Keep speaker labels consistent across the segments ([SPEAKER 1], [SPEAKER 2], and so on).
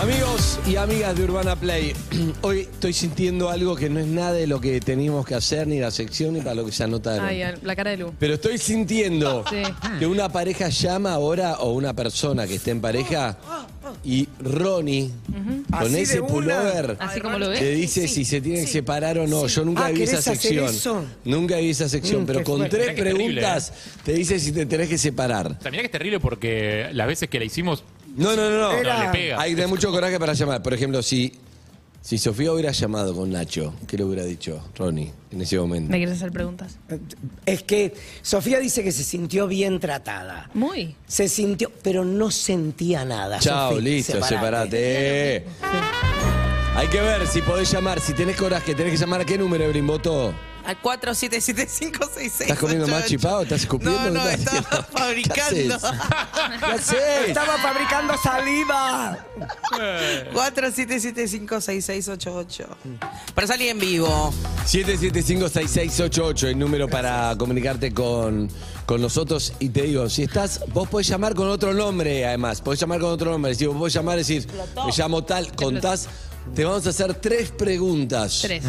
[SPEAKER 1] Amigos y amigas de Urbana Play, hoy estoy sintiendo algo que no es nada de lo que teníamos que hacer, ni la sección, ni para lo que se anotaron.
[SPEAKER 2] Ay, al- la cara de Lu.
[SPEAKER 1] Pero estoy sintiendo
[SPEAKER 2] Sí.
[SPEAKER 1] que una pareja llama ahora o una persona que esté en pareja y Ronnie, con
[SPEAKER 3] Así de
[SPEAKER 1] ese
[SPEAKER 3] una.
[SPEAKER 1] pullover,
[SPEAKER 4] Ah,
[SPEAKER 2] Así ¿eh? como lo
[SPEAKER 1] le
[SPEAKER 2] ves.
[SPEAKER 1] dice si se tienen que separar o no. Yo nunca
[SPEAKER 3] Ah,
[SPEAKER 1] vi esa
[SPEAKER 3] ¿querés hacer
[SPEAKER 1] sección.
[SPEAKER 3] eso? Mm,
[SPEAKER 1] Nunca vi esa sección, pero
[SPEAKER 3] qué
[SPEAKER 1] con
[SPEAKER 3] fuerte.
[SPEAKER 1] tres
[SPEAKER 5] Mirá qué terrible,
[SPEAKER 1] preguntas
[SPEAKER 3] ¿eh?
[SPEAKER 1] te dice si te tenés que separar.
[SPEAKER 5] O sea, mirá que es terrible porque las veces que la hicimos
[SPEAKER 1] No, no, no, no.
[SPEAKER 5] no, le pega.
[SPEAKER 1] Hay que tener mucho coraje para llamar. Por ejemplo, si, si Sofía hubiera llamado con Nacho, ¿qué le hubiera dicho Ronnie en ese momento?
[SPEAKER 2] Me quieres hacer preguntas.
[SPEAKER 3] Es que Sofía dice que se sintió bien tratada.
[SPEAKER 2] Muy.
[SPEAKER 3] Se sintió, pero no sentía nada.
[SPEAKER 1] Chao,
[SPEAKER 3] Sofía,
[SPEAKER 1] listo, separate. Hay que ver si podés llamar, si tenés coraje, tenés que llamar a qué número, Brimboto.
[SPEAKER 4] Al 477566.
[SPEAKER 1] ¿Estás comiendo más chipado? ¿Estás escupiendo?
[SPEAKER 4] No, no,
[SPEAKER 1] ¿Qué estás
[SPEAKER 4] estaba
[SPEAKER 1] haciendo?
[SPEAKER 4] fabricando.
[SPEAKER 1] ¿Qué haces? ¿Qué haces?
[SPEAKER 3] Estaba fabricando saliva.
[SPEAKER 4] 47756688. Pero salí en vivo.
[SPEAKER 1] 775-6688, el número para comunicarte con, con nosotros. Y te digo, si estás, vos podés llamar con otro nombre, además. Podés llamar con otro nombre. Si vos podés llamar, decir, me llamo tal, contás. Te vamos a hacer tres preguntas. ¿Mm?
[SPEAKER 2] Tres.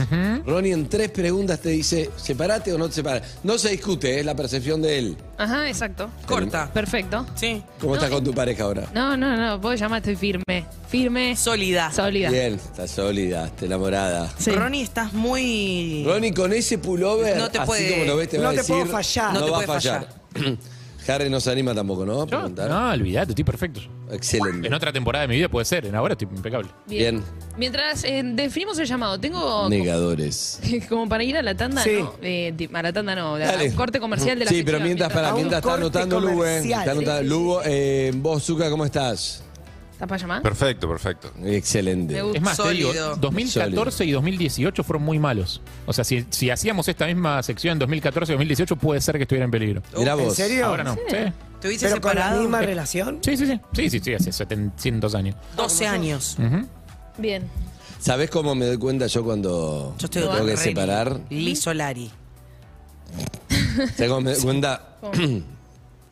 [SPEAKER 1] Ronnie en tres preguntas te dice, ¿separate o no te separas? No se discute, ¿eh? es la percepción de él.
[SPEAKER 2] Ajá, exacto.
[SPEAKER 4] Corta.
[SPEAKER 2] Perfecto.
[SPEAKER 4] Sí.
[SPEAKER 1] ¿Cómo estás con tu pareja ahora?
[SPEAKER 2] No, no, no. Vos llamar, estoy firme. Firme.
[SPEAKER 4] Sólida.
[SPEAKER 2] Sólida.
[SPEAKER 1] Bien, estás sólida, está enamorada.
[SPEAKER 2] Sí.
[SPEAKER 4] Ronnie, estás muy.
[SPEAKER 1] Ronnie, con ese pullover,
[SPEAKER 4] No te
[SPEAKER 1] así
[SPEAKER 4] puede-
[SPEAKER 1] como lo ves, te va
[SPEAKER 3] no
[SPEAKER 1] a
[SPEAKER 3] te
[SPEAKER 1] decir,
[SPEAKER 3] puedo fallar.
[SPEAKER 1] No,
[SPEAKER 4] No te
[SPEAKER 1] va a
[SPEAKER 4] puede
[SPEAKER 1] fallar. Harry no se anima tampoco, ¿no? A
[SPEAKER 5] Yo,
[SPEAKER 1] preguntar.
[SPEAKER 5] no, olvidate, estoy perfecto.
[SPEAKER 1] Excelente.
[SPEAKER 5] En otra temporada de mi vida puede ser, en ahora estoy impecable.
[SPEAKER 1] Bien.
[SPEAKER 2] Mientras eh, definimos el llamado, tengo
[SPEAKER 1] Negadores.
[SPEAKER 2] como, como para ir a la tanda,
[SPEAKER 3] Sí.
[SPEAKER 2] no. Eh, di- a la tanda no, a
[SPEAKER 1] Dale.
[SPEAKER 2] un corte comercial de la
[SPEAKER 1] Sí, pero
[SPEAKER 2] sección,
[SPEAKER 1] mientras, para,
[SPEAKER 3] A un
[SPEAKER 1] mientras está
[SPEAKER 3] corte
[SPEAKER 1] anotando Lugo, eh.
[SPEAKER 3] comercial.
[SPEAKER 1] Está anotando-
[SPEAKER 3] Sí, sí,
[SPEAKER 1] Lugo, eh, vos, Zuka, ¿cómo estás?
[SPEAKER 2] ¿Estás para llamar?
[SPEAKER 6] Perfecto, perfecto.
[SPEAKER 1] Excelente.
[SPEAKER 2] Me gusta.
[SPEAKER 5] Es más,
[SPEAKER 4] Sólido.
[SPEAKER 5] te digo, 2014 y 2018 fueron muy malos. O sea, si, si hacíamos esta misma sección en 2014 y 2018, puede ser que estuviera en peligro.
[SPEAKER 1] Mirá vos.
[SPEAKER 3] ¿En serio?
[SPEAKER 5] Ahora no. Sí,
[SPEAKER 4] ¿Te hubiese
[SPEAKER 3] ¿Pero con la
[SPEAKER 4] separado?
[SPEAKER 3] misma relación?
[SPEAKER 5] sí, sí. Sí, sí, sí, sí, hace 700 años.
[SPEAKER 4] 12 años.
[SPEAKER 1] Mm.
[SPEAKER 2] Bien.
[SPEAKER 1] ¿Sabés cómo me doy cuenta yo cuando
[SPEAKER 4] Yo estoy
[SPEAKER 1] me tengo que
[SPEAKER 4] re-
[SPEAKER 1] separar?
[SPEAKER 4] Lee Solari.
[SPEAKER 1] ¿Sabés cómo me doy cuenta?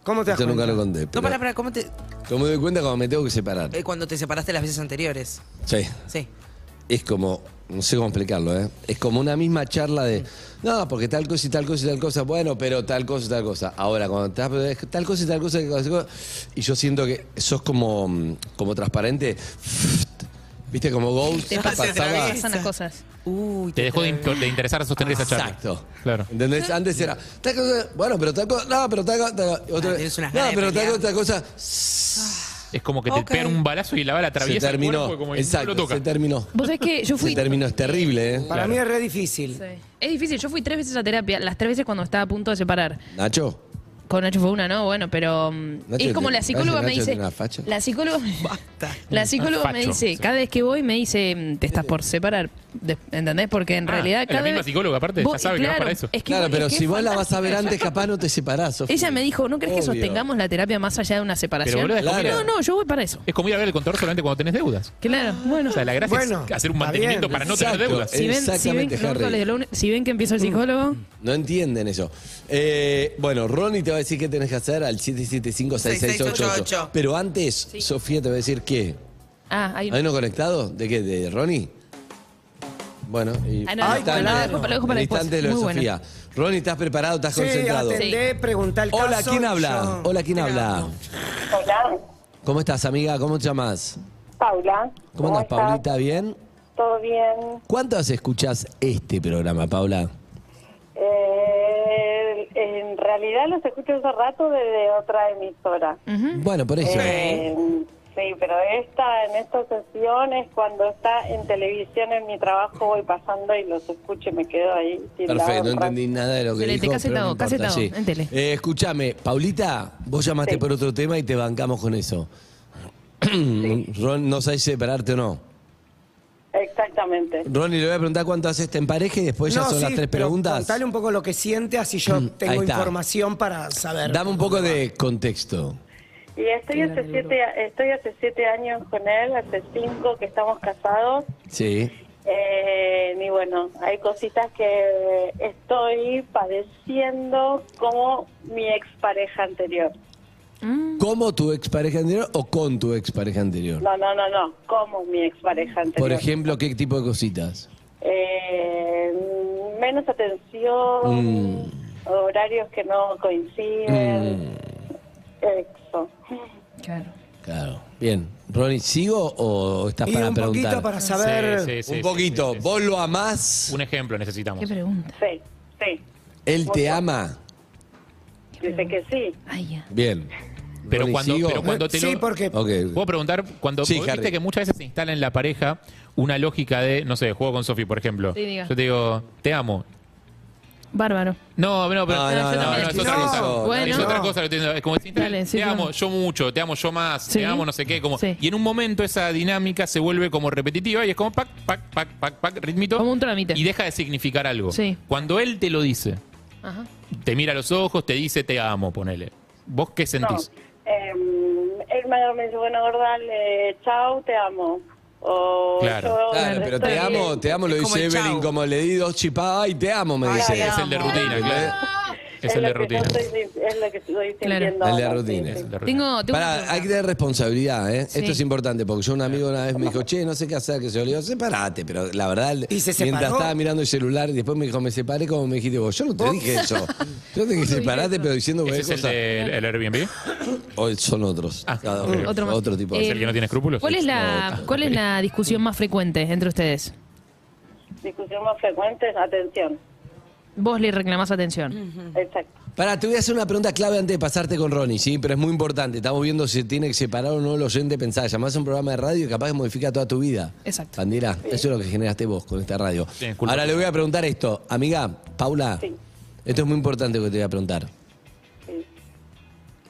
[SPEAKER 3] ¿Cómo te das
[SPEAKER 1] Yo nunca
[SPEAKER 3] cuenta?
[SPEAKER 1] lo conté.
[SPEAKER 4] No,
[SPEAKER 1] pero
[SPEAKER 4] para, para, ¿cómo te.
[SPEAKER 1] ¿Cómo me doy cuenta cuando me tengo que separar?
[SPEAKER 4] eh, cuando te separaste las veces anteriores?
[SPEAKER 1] Sí.
[SPEAKER 4] Sí.
[SPEAKER 1] Es como, no sé cómo explicarlo, ¿eh? Es como una misma charla de, no, porque tal cosa y tal cosa y tal cosa, bueno, pero tal cosa y tal cosa. Ahora, cuando estás, pero es que tal cosa y tal cosa, tal cosa, tal cosa, y yo siento que sos como, mm, como transparente, viste, como Ghost,
[SPEAKER 2] Te pasa-
[SPEAKER 4] pasaba-
[SPEAKER 2] te pasan las cosas.
[SPEAKER 4] Uy,
[SPEAKER 5] Te dejó de, inter- de interesar sostener esa charla.
[SPEAKER 1] Exacto.
[SPEAKER 5] Claro.
[SPEAKER 1] ¿Entendés? Antes era, tal cosa, bueno, pero tal cosa, no, pero tal cosa, tal cosa. Y otra
[SPEAKER 4] Ah,
[SPEAKER 1] vez,
[SPEAKER 4] tenés unas
[SPEAKER 1] no,
[SPEAKER 4] ganas de
[SPEAKER 1] pero tal
[SPEAKER 4] pelear.
[SPEAKER 1] cosa, tal cosa,
[SPEAKER 5] Es como que
[SPEAKER 4] Ok.
[SPEAKER 5] te pegan un balazo y la bala
[SPEAKER 1] se
[SPEAKER 5] atraviesa el
[SPEAKER 1] terminó.
[SPEAKER 5] cuerpo como y no lo
[SPEAKER 1] Exacto,
[SPEAKER 5] toca.
[SPEAKER 1] se terminó.
[SPEAKER 2] Vos sabés que yo fui.
[SPEAKER 1] Se terminó, es terrible, ¿eh?
[SPEAKER 3] Para
[SPEAKER 5] Claro.
[SPEAKER 3] mí es re difícil.
[SPEAKER 2] Sí. Es difícil. Yo fui tres veces a terapia, las tres veces cuando estaba a punto de separar.
[SPEAKER 1] Nacho.
[SPEAKER 2] Con Nacho fue una, ¿no? Bueno, pero mm,
[SPEAKER 1] Nacho
[SPEAKER 2] es como
[SPEAKER 1] tiene-
[SPEAKER 2] la psicóloga
[SPEAKER 1] Nacho
[SPEAKER 2] me dice.
[SPEAKER 1] tiene una facha.
[SPEAKER 2] La psicóloga,
[SPEAKER 4] Basta.
[SPEAKER 2] la psicóloga me
[SPEAKER 5] Facho,
[SPEAKER 2] dice,
[SPEAKER 5] sí.
[SPEAKER 2] cada vez que voy me dice, mm, te estás por separar. De- ¿Entendés? Porque en
[SPEAKER 5] Ah,
[SPEAKER 2] realidad
[SPEAKER 5] la
[SPEAKER 2] cada
[SPEAKER 5] misma
[SPEAKER 2] vez-
[SPEAKER 5] psicóloga, aparte, ya sabe que va para eso.
[SPEAKER 2] es que
[SPEAKER 1] Claro,
[SPEAKER 2] vos-
[SPEAKER 1] pero
[SPEAKER 2] es que
[SPEAKER 1] si
[SPEAKER 2] es
[SPEAKER 1] vos la vas a ver
[SPEAKER 2] fantástica.
[SPEAKER 1] antes, capaz no te separás, Sofía.
[SPEAKER 2] Ella me dijo, ¿no crees que
[SPEAKER 1] Obvio.
[SPEAKER 2] sostengamos la terapia más allá de una separación?
[SPEAKER 5] boluda, es como
[SPEAKER 1] Claro.
[SPEAKER 2] No, no, yo voy para eso.
[SPEAKER 5] Es como ir a ver el contador solamente cuando tenés deudas.
[SPEAKER 2] Claro, bueno.
[SPEAKER 5] O sea, la gracia
[SPEAKER 3] Bueno,
[SPEAKER 5] es hacer un
[SPEAKER 3] está
[SPEAKER 5] mantenimiento
[SPEAKER 3] bien,
[SPEAKER 5] para no
[SPEAKER 1] exacto.
[SPEAKER 5] tener deudas.
[SPEAKER 2] Si ven, si ven,
[SPEAKER 1] Exactamente, Mm.
[SPEAKER 2] no,
[SPEAKER 1] Harry.
[SPEAKER 2] no, les- lo uni- si ven que empieza el psicólogo,
[SPEAKER 1] No entienden eso. Eh, bueno, Ronnie te va a decir qué tenés que hacer al 775-6688. Pero antes, Sofía te va a decir qué.
[SPEAKER 2] ah, hay
[SPEAKER 1] ¿Hay uno conectado? ¿De qué? ¿De Ronnie? Bueno, y
[SPEAKER 2] Ah, no, no,
[SPEAKER 1] en
[SPEAKER 2] bueno, lo dejo para- lo dejo para
[SPEAKER 1] en
[SPEAKER 2] después.
[SPEAKER 1] instantes lo de
[SPEAKER 2] Muy bueno.
[SPEAKER 1] Sofía. Ronnie, ¿estás preparado? ¿Estás
[SPEAKER 3] Sí,
[SPEAKER 1] concentrado?
[SPEAKER 3] atendé, pregunté al
[SPEAKER 1] Hola,
[SPEAKER 3] caso
[SPEAKER 1] ¿quién
[SPEAKER 3] y
[SPEAKER 1] habla?
[SPEAKER 3] yo-
[SPEAKER 1] Hola, ¿quién habla?
[SPEAKER 7] Hola,
[SPEAKER 1] ¿Cómo estás, amiga? ¿Cómo te llamas?
[SPEAKER 7] Paula.
[SPEAKER 1] ¿Cómo andas,
[SPEAKER 7] estás?
[SPEAKER 1] Paulita? ¿Bien?
[SPEAKER 7] ¿Todo bien?
[SPEAKER 1] ¿Cuántas escuchas este programa, Paula?
[SPEAKER 7] Eh, en realidad los escucho hace rato desde otra emisora.
[SPEAKER 1] Bueno, por eso.
[SPEAKER 7] Eh, sí, pero esta, en esta sesión es cuando está en televisión en mi trabajo, voy pasando y los escucho y me quedo ahí. sin la
[SPEAKER 1] Perfecto, no
[SPEAKER 7] honra.
[SPEAKER 1] entendí nada de lo que
[SPEAKER 2] Se le
[SPEAKER 1] dijo.
[SPEAKER 2] te casi
[SPEAKER 1] pero no
[SPEAKER 2] tago, casi
[SPEAKER 1] importa,
[SPEAKER 2] tago,
[SPEAKER 1] sí.
[SPEAKER 2] en tele.
[SPEAKER 1] Eh, escúchame, Paulita, vos llamaste
[SPEAKER 7] Sí.
[SPEAKER 1] por otro tema y te bancamos con eso. Ron, no sabés separarte o no.
[SPEAKER 7] Exactamente.
[SPEAKER 1] Ronnie, le voy a preguntar cuánto haces este en pareja y después ya
[SPEAKER 3] No,
[SPEAKER 1] son las
[SPEAKER 3] sí,
[SPEAKER 1] tres
[SPEAKER 3] pero
[SPEAKER 1] preguntas. Mm,
[SPEAKER 3] Contale un poco lo que siente, así yo tengo
[SPEAKER 1] está.
[SPEAKER 3] información para saber.
[SPEAKER 1] Dame un poco de contexto.
[SPEAKER 7] Y estoy hace, siete, estoy hace siete años con él, hace cinco que estamos casados.
[SPEAKER 1] Sí.
[SPEAKER 7] Eh, y bueno, hay cositas que estoy padeciendo como mi expareja anterior.
[SPEAKER 1] ¿Como tu expareja anterior o con tu expareja anterior?
[SPEAKER 7] No, no, no, no, como mi expareja anterior.
[SPEAKER 1] Por ejemplo, ¿qué tipo de cositas?
[SPEAKER 7] Eh, menos atención,
[SPEAKER 1] Mm.
[SPEAKER 7] horarios que no coinciden, eso.
[SPEAKER 2] Claro.
[SPEAKER 1] Claro. Bien. Ronnie, ¿sigo o estás
[SPEAKER 3] Y
[SPEAKER 1] para
[SPEAKER 3] un
[SPEAKER 1] preguntar?
[SPEAKER 3] poquito para saber.
[SPEAKER 5] Sí, sí, sí,
[SPEAKER 1] un
[SPEAKER 5] sí,
[SPEAKER 1] poquito.
[SPEAKER 5] sí, sí.
[SPEAKER 1] ¿Vos lo amás?
[SPEAKER 5] Un ejemplo necesitamos.
[SPEAKER 2] Qué pregunta.
[SPEAKER 7] Sí, sí,
[SPEAKER 1] ¿Él te ama?
[SPEAKER 2] qué
[SPEAKER 7] dice que
[SPEAKER 2] pregunta.
[SPEAKER 7] sí.
[SPEAKER 2] Ay, ya.
[SPEAKER 1] Bien.
[SPEAKER 5] Pero
[SPEAKER 1] Ronnie,
[SPEAKER 5] cuando-
[SPEAKER 1] ¿sigo?
[SPEAKER 5] pero cuando- te
[SPEAKER 3] sí,
[SPEAKER 5] lo-
[SPEAKER 3] porque
[SPEAKER 1] Ok.
[SPEAKER 5] Puedo preguntar, cuando
[SPEAKER 1] Sí,
[SPEAKER 5] porque
[SPEAKER 1] Harry.
[SPEAKER 5] viste que muchas veces se instala en la pareja una lógica de, no sé, juego con Sofi, por ejemplo.
[SPEAKER 2] Sí, diga.
[SPEAKER 5] Yo te digo, te amo.
[SPEAKER 2] Bárbaro.
[SPEAKER 5] No, no, pero
[SPEAKER 1] No, no,
[SPEAKER 2] yo
[SPEAKER 1] no,
[SPEAKER 2] también
[SPEAKER 1] no,
[SPEAKER 5] es
[SPEAKER 1] es
[SPEAKER 2] estoy-
[SPEAKER 5] otra
[SPEAKER 3] no,
[SPEAKER 5] cosa.
[SPEAKER 2] bueno.
[SPEAKER 5] Es otra cosa lo que entiendo. Es como decir,
[SPEAKER 2] Dale,
[SPEAKER 5] te
[SPEAKER 2] sí, yo-
[SPEAKER 5] amo yo mucho, te amo yo más,
[SPEAKER 2] Sí.
[SPEAKER 5] te amo no sé qué. Como,
[SPEAKER 2] Sí.
[SPEAKER 5] Y en un momento esa dinámica se vuelve como repetitiva y es como pac, pac, pac, pac, pac, ritmito.
[SPEAKER 2] Como un trámite.
[SPEAKER 5] Y deja de significar algo.
[SPEAKER 2] Sí.
[SPEAKER 5] Cuando él te lo dice,
[SPEAKER 2] Ajá.
[SPEAKER 5] te mira a los ojos, te dice te amo, ponele. ¿Vos qué
[SPEAKER 7] No.
[SPEAKER 5] sentís?
[SPEAKER 7] Eh, él me, me dice, bueno, Gordal, eh, chao, te amo. O
[SPEAKER 5] Claro.
[SPEAKER 7] yo
[SPEAKER 1] Claro, pero te
[SPEAKER 7] estoy-
[SPEAKER 1] amo, te amo, lo
[SPEAKER 4] Es como
[SPEAKER 1] dice
[SPEAKER 4] el chau.
[SPEAKER 1] Evelyn, como le di dos chipadas, ay, te amo, me
[SPEAKER 4] Ay,
[SPEAKER 1] dice.
[SPEAKER 4] te
[SPEAKER 5] Es el de
[SPEAKER 4] amo.
[SPEAKER 5] rutina, claro. Es el
[SPEAKER 7] lo
[SPEAKER 5] de
[SPEAKER 7] que yo
[SPEAKER 5] rutina.
[SPEAKER 7] estoy- es lo que estoy
[SPEAKER 2] Claro.
[SPEAKER 7] sintiendo.
[SPEAKER 1] El de
[SPEAKER 7] ahora,
[SPEAKER 1] rutina.
[SPEAKER 7] sí, sí.
[SPEAKER 5] El de rutina.
[SPEAKER 2] Tengo, tengo una
[SPEAKER 1] Pará, hay que
[SPEAKER 2] pregunta.
[SPEAKER 1] tener responsabilidad, ¿eh?
[SPEAKER 2] Sí.
[SPEAKER 1] Esto es importante, porque yo un amigo una vez me dijo, che, no sé qué hacer, que se yo le digo, separate, pero la verdad,
[SPEAKER 3] ¿Y se
[SPEAKER 1] mientras
[SPEAKER 3] separó?
[SPEAKER 1] estaba mirando el celular, después me dijo, me separé como me dijiste vos, yo no te dije eso. Yo te dije, separate, pero diciendo
[SPEAKER 5] ¿Ese
[SPEAKER 1] que
[SPEAKER 5] es el del el Airbnb?
[SPEAKER 1] Hoy son otros.
[SPEAKER 5] Ah,
[SPEAKER 1] Cada
[SPEAKER 5] ok,
[SPEAKER 1] uno.
[SPEAKER 5] ok.
[SPEAKER 2] Otro más.
[SPEAKER 1] tipo.
[SPEAKER 2] Eh,
[SPEAKER 5] ¿Es el que no tiene escrúpulos?
[SPEAKER 2] ¿Cuál es la,
[SPEAKER 1] No,
[SPEAKER 2] cuál es
[SPEAKER 5] ok.
[SPEAKER 2] la discusión más frecuente entre ustedes?
[SPEAKER 7] Discusión más frecuente es atención.
[SPEAKER 2] Vos le reclamás atención.
[SPEAKER 7] Exacto.
[SPEAKER 1] Pará, te voy a hacer una pregunta clave antes de pasarte con Ronnie, sí, pero es muy importante. Estamos viendo si tiene que separar o no el oyente pensar. Llamás a un programa de radio y capaz que modifica toda tu vida.
[SPEAKER 2] Exacto.
[SPEAKER 1] Bandera, eso es lo que generaste vos con esta radio.
[SPEAKER 5] Sí, disculpa.
[SPEAKER 1] Ahora le voy a preguntar esto. Amiga, Paula, esto es muy importante lo que te voy a preguntar.
[SPEAKER 7] Sí.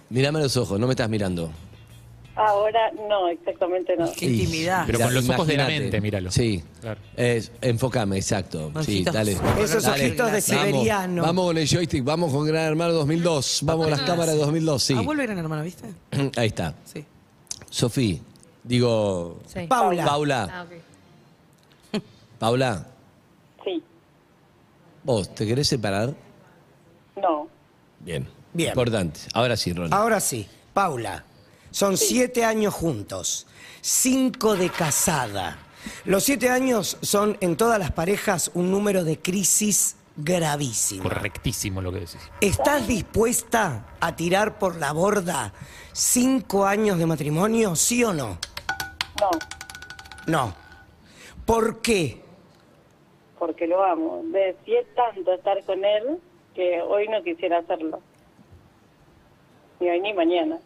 [SPEAKER 1] Mírame a los ojos, no me estás mirando.
[SPEAKER 7] Ahora no, exactamente no.
[SPEAKER 4] Qué intimidad.
[SPEAKER 5] Pero con los ojos de la
[SPEAKER 1] Imagínate.
[SPEAKER 5] mente, míralo.
[SPEAKER 1] Sí.
[SPEAKER 5] Claro.
[SPEAKER 1] Es- enfócame, exacto. Sí,
[SPEAKER 4] Ojitos.
[SPEAKER 1] dale.
[SPEAKER 3] Esos
[SPEAKER 1] Dale.
[SPEAKER 3] ojitos de
[SPEAKER 1] Vamos,
[SPEAKER 3] siberiano.
[SPEAKER 1] Vamos, con el joystick, vamos con Gran Hermano 2002, vamos con las cámaras de 2002, sí.
[SPEAKER 4] Ah, vuelve Gran Hermano, ¿viste?
[SPEAKER 1] Ahí está.
[SPEAKER 4] Sí.
[SPEAKER 1] Sofía, digo...
[SPEAKER 2] Sí.
[SPEAKER 3] Paula.
[SPEAKER 2] Ah,
[SPEAKER 1] Paula,
[SPEAKER 2] ok.
[SPEAKER 1] Paula,
[SPEAKER 7] Sí,
[SPEAKER 1] vos, ¿te querés separar?
[SPEAKER 7] no.
[SPEAKER 1] Bien.
[SPEAKER 3] Bien.
[SPEAKER 1] Importante. Ahora sí, Ronnie.
[SPEAKER 3] Ahora sí, Paula, son siete años juntos, cinco de casada. Los siete años son en todas las parejas un número de crisis gravísimo.
[SPEAKER 5] Correctísimo lo que decís.
[SPEAKER 3] ¿Estás dispuesta a tirar por la borda cinco años de matrimonio, sí o no?
[SPEAKER 7] No,
[SPEAKER 3] No. ¿Por qué?
[SPEAKER 7] porque lo amo. Deseé tanto estar con él que hoy no quisiera hacerlo. Ni hoy ni mañana.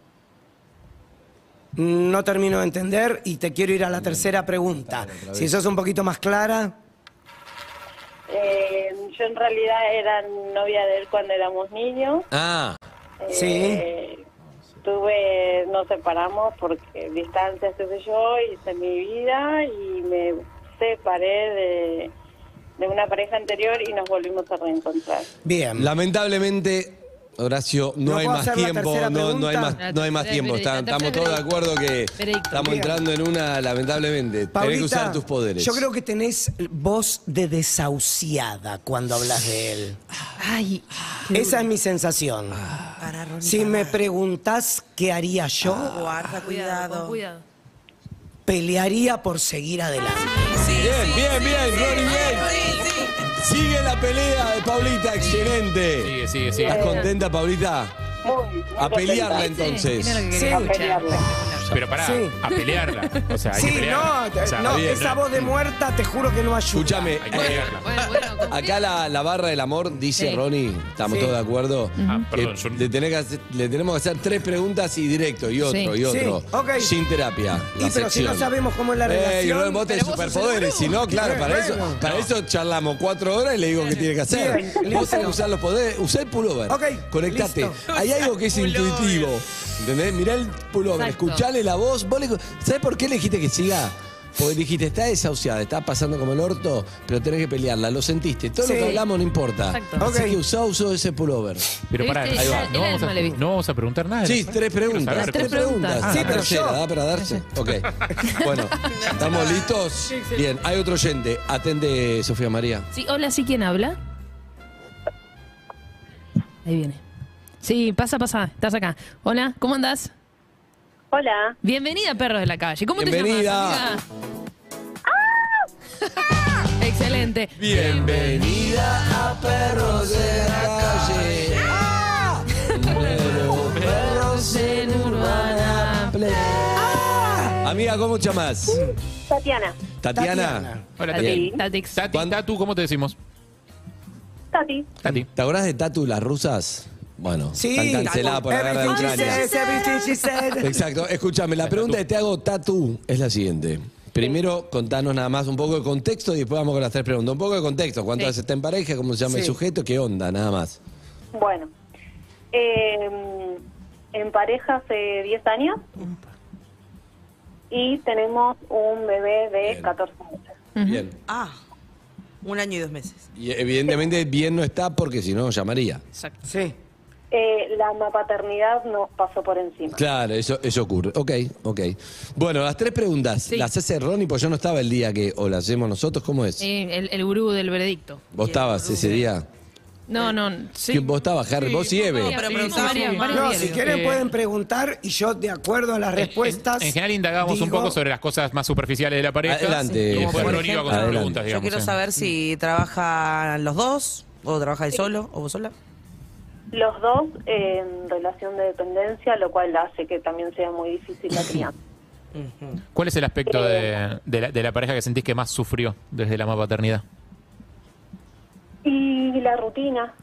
[SPEAKER 3] No termino de entender y te quiero ir a la tercera pregunta. Si sos un poquito más clara.
[SPEAKER 7] Eh, yo en realidad era novia de él cuando éramos niños.
[SPEAKER 1] Ah,
[SPEAKER 3] Sí.
[SPEAKER 7] Eh, tuve, nos separamos porque distancias, qué sé yo, hice mi vida y me separé de, de una pareja anterior y nos volvimos a reencontrar.
[SPEAKER 3] Bien.
[SPEAKER 1] lamentablemente... Horacio, no,
[SPEAKER 3] ¿No
[SPEAKER 1] hay
[SPEAKER 3] puedo
[SPEAKER 1] más
[SPEAKER 3] hacer la
[SPEAKER 1] tiempo,
[SPEAKER 3] tercera
[SPEAKER 1] no, no hay más,
[SPEAKER 2] pregunta?
[SPEAKER 1] no hay más
[SPEAKER 2] La
[SPEAKER 1] tiempo.
[SPEAKER 2] tercera,
[SPEAKER 1] Están-
[SPEAKER 2] la
[SPEAKER 1] estamos todos
[SPEAKER 2] tercera
[SPEAKER 1] de acuerdo que
[SPEAKER 2] veredicto.
[SPEAKER 1] estamos
[SPEAKER 3] Bien.
[SPEAKER 1] entrando en una, lamentablemente. tenés que
[SPEAKER 3] Paulita,
[SPEAKER 1] usar tus poderes.
[SPEAKER 3] Yo creo que tenés voz de desahuciada cuando hablas de él.
[SPEAKER 2] Ay, qué
[SPEAKER 3] Esa es mi sensación.
[SPEAKER 4] Para, Ronnie,
[SPEAKER 3] Si
[SPEAKER 4] para.
[SPEAKER 3] me preguntás qué haría yo,
[SPEAKER 4] Guarda, cuidado.
[SPEAKER 2] cuidado. cuidado.
[SPEAKER 3] pelearía por seguir adelante.
[SPEAKER 4] Sí,
[SPEAKER 1] Bien,
[SPEAKER 4] sí,
[SPEAKER 1] bien,
[SPEAKER 4] sí,
[SPEAKER 1] bien,
[SPEAKER 4] sí.
[SPEAKER 1] Ronnie, bien.
[SPEAKER 4] Sí, sí.
[SPEAKER 1] Sigue la pelea de Paulita, excelente.
[SPEAKER 5] Sigue, sigue,
[SPEAKER 1] ¿Estás
[SPEAKER 5] sigue.
[SPEAKER 1] contenta, Paulita?
[SPEAKER 7] Muy, muy
[SPEAKER 1] A pelearla
[SPEAKER 7] contenta.
[SPEAKER 1] entonces.
[SPEAKER 2] Mira lo que
[SPEAKER 3] Sí.
[SPEAKER 2] quería
[SPEAKER 7] A
[SPEAKER 2] escuchar.
[SPEAKER 7] pelearla.
[SPEAKER 5] Pero pará,
[SPEAKER 3] Sí.
[SPEAKER 5] a pelearla. O sea, hay que
[SPEAKER 3] Sí,
[SPEAKER 5] pelearla.
[SPEAKER 3] no, te-
[SPEAKER 5] O sea,
[SPEAKER 3] no
[SPEAKER 5] bien.
[SPEAKER 3] esa voz de muerta te juro que no ayuda.
[SPEAKER 1] Escúchame,
[SPEAKER 5] Hay que
[SPEAKER 1] eh,
[SPEAKER 5] pelearla.
[SPEAKER 2] Bueno, bueno, con-
[SPEAKER 1] acá la, la barra del amor dice
[SPEAKER 2] Sí.
[SPEAKER 1] Ronnie, estamos
[SPEAKER 3] Sí.
[SPEAKER 1] todos de acuerdo.
[SPEAKER 5] Ah,
[SPEAKER 1] que
[SPEAKER 5] perdón, yo-
[SPEAKER 1] le, tenés que hacer- le tenemos que hacer tres preguntas y directo, y otro,
[SPEAKER 2] Sí.
[SPEAKER 1] y otro.
[SPEAKER 3] Sí, ok.
[SPEAKER 1] Sin terapia.
[SPEAKER 3] Y
[SPEAKER 1] la
[SPEAKER 3] pero si no
[SPEAKER 1] sección.
[SPEAKER 3] sabemos cómo es la
[SPEAKER 1] Ey,
[SPEAKER 3] relación.
[SPEAKER 1] Ron, vos tenés
[SPEAKER 2] pero vos sos el
[SPEAKER 1] superpoderes, si no, claro,
[SPEAKER 3] Eh,
[SPEAKER 1] para eso,
[SPEAKER 3] bueno.
[SPEAKER 1] para eso charlamos cuatro horas y le digo qué tiene que hacer.
[SPEAKER 3] Bien,
[SPEAKER 1] vos
[SPEAKER 3] listo.
[SPEAKER 1] tenés que usar los poderes, usá el pullover.
[SPEAKER 3] Ok,
[SPEAKER 1] Conectate.
[SPEAKER 3] listo.
[SPEAKER 1] Hay algo que es
[SPEAKER 4] Pullover.
[SPEAKER 1] intuitivo. ¿Entendés? Mirá el pullover,
[SPEAKER 2] Exacto.
[SPEAKER 1] escuchale la voz. Vos le- ¿Sabés por qué le dijiste que siga? Porque dijiste, está desahuciada, está pasando como el orto, pero tenés que pelearla, lo sentiste. Todo
[SPEAKER 3] Sí.
[SPEAKER 1] lo que hablamos no importa.
[SPEAKER 2] Exacto.
[SPEAKER 1] Así
[SPEAKER 3] Ok.
[SPEAKER 1] que usá, usó ese pullover.
[SPEAKER 5] Pero pará,
[SPEAKER 2] Viste,
[SPEAKER 5] ahí va.
[SPEAKER 2] era-
[SPEAKER 5] No
[SPEAKER 2] era
[SPEAKER 5] vamos,
[SPEAKER 2] el
[SPEAKER 5] a,
[SPEAKER 2] malevista.
[SPEAKER 5] no vamos a preguntar nada.
[SPEAKER 1] Sí,
[SPEAKER 5] ¿no?
[SPEAKER 1] Ah, tres preguntas.
[SPEAKER 5] Las
[SPEAKER 2] tres preguntas.
[SPEAKER 1] Ah,
[SPEAKER 3] Sí,
[SPEAKER 1] la
[SPEAKER 3] pero
[SPEAKER 1] tercera,
[SPEAKER 3] yo-
[SPEAKER 1] ¿da para darse? Ok. Bueno, ¿estamos listos? Bien, hay otro oyente. Atende, Sofía María.
[SPEAKER 2] Sí, hola, sí, ¿quién habla? Ahí viene. Sí, pasa, pasa, estás acá. Hola, ¿cómo andás?
[SPEAKER 8] Hola.
[SPEAKER 2] Bienvenida, perros de la calle. ¿Cómo te
[SPEAKER 1] Bienvenida. Ah.
[SPEAKER 2] llamas? Bienvenida. Excelente.
[SPEAKER 1] Bienvenida a Perros de la Calle. Pero Perros en Urbana Play. Ah, Amiga, ¿cómo te llamas?
[SPEAKER 8] Tatiana.
[SPEAKER 1] Tatiana.
[SPEAKER 5] Hola, Tati.
[SPEAKER 2] Tati, Tatix.
[SPEAKER 5] Tati, Tatu, ¿cómo te decimos?
[SPEAKER 8] Tati.
[SPEAKER 5] Tati.
[SPEAKER 1] ¿Te acordás de Tatu, las rusas? Bueno,
[SPEAKER 3] Sí,
[SPEAKER 1] están canceladas por la guerra de
[SPEAKER 3] Everything she
[SPEAKER 1] Ucrania.
[SPEAKER 3] says, everything she said.
[SPEAKER 1] Exacto, escúchame, la pregunta que te hago, Tatu, es la siguiente. Primero, contanos nada más un poco de contexto y después vamos con las tres preguntas. Un poco de contexto, cuántas
[SPEAKER 2] Sí.
[SPEAKER 1] veces está en pareja, cómo se llama el
[SPEAKER 3] Sí.
[SPEAKER 1] sujeto, qué onda, nada más.
[SPEAKER 8] Bueno. eh, en pareja hace 10 años. Y tenemos un bebé de 14 meses.
[SPEAKER 1] Bien.
[SPEAKER 9] Ah, un año y dos meses.
[SPEAKER 1] Y evidentemente bien no está porque si no llamaría.
[SPEAKER 2] Exacto.
[SPEAKER 3] Sí.
[SPEAKER 8] Eh, la paternidad nos pasó por encima.
[SPEAKER 1] Claro, eso, eso ocurre. Ok, ok. Bueno, las tres preguntas.
[SPEAKER 2] Sí.
[SPEAKER 1] ¿Las hace Ronnie? Pues yo no estaba el día que... ¿O las hacemos nosotros? ¿Cómo es?
[SPEAKER 2] Eh, el, el gurú del veredicto.
[SPEAKER 1] ¿Vos estabas ese día?
[SPEAKER 2] No, no, sí.
[SPEAKER 1] ¿Quién- ¿Vos estabas, Harry? ¿Vos y Eve?
[SPEAKER 9] pero
[SPEAKER 2] Sí,
[SPEAKER 9] preguntaba
[SPEAKER 2] varias-
[SPEAKER 9] bien.
[SPEAKER 2] varios
[SPEAKER 3] No,
[SPEAKER 2] días,
[SPEAKER 3] si
[SPEAKER 2] digo.
[SPEAKER 3] quieren
[SPEAKER 2] Eh,
[SPEAKER 3] pueden preguntar y yo de acuerdo a las respuestas.
[SPEAKER 5] En, en general indagamos un
[SPEAKER 3] digo-
[SPEAKER 5] poco sobre las cosas más superficiales de la pareja.
[SPEAKER 1] Adelante,
[SPEAKER 5] Y después
[SPEAKER 1] Como por
[SPEAKER 5] Ronnie iba con
[SPEAKER 1] ejemplo-
[SPEAKER 5] sus preguntas,
[SPEAKER 9] Yo
[SPEAKER 5] digamos.
[SPEAKER 9] quiero
[SPEAKER 5] sí.
[SPEAKER 9] saber
[SPEAKER 5] Mm.
[SPEAKER 9] si trabajan los dos, o trabaja él solo, o vos sola.
[SPEAKER 8] Los dos en relación de dependencia, lo cual hace que también sea muy difícil la crianza.
[SPEAKER 5] ¿Cuál es el aspecto de, de la, de la pareja que sentís que más sufrió desde la más paternidad?
[SPEAKER 8] Y la rutina,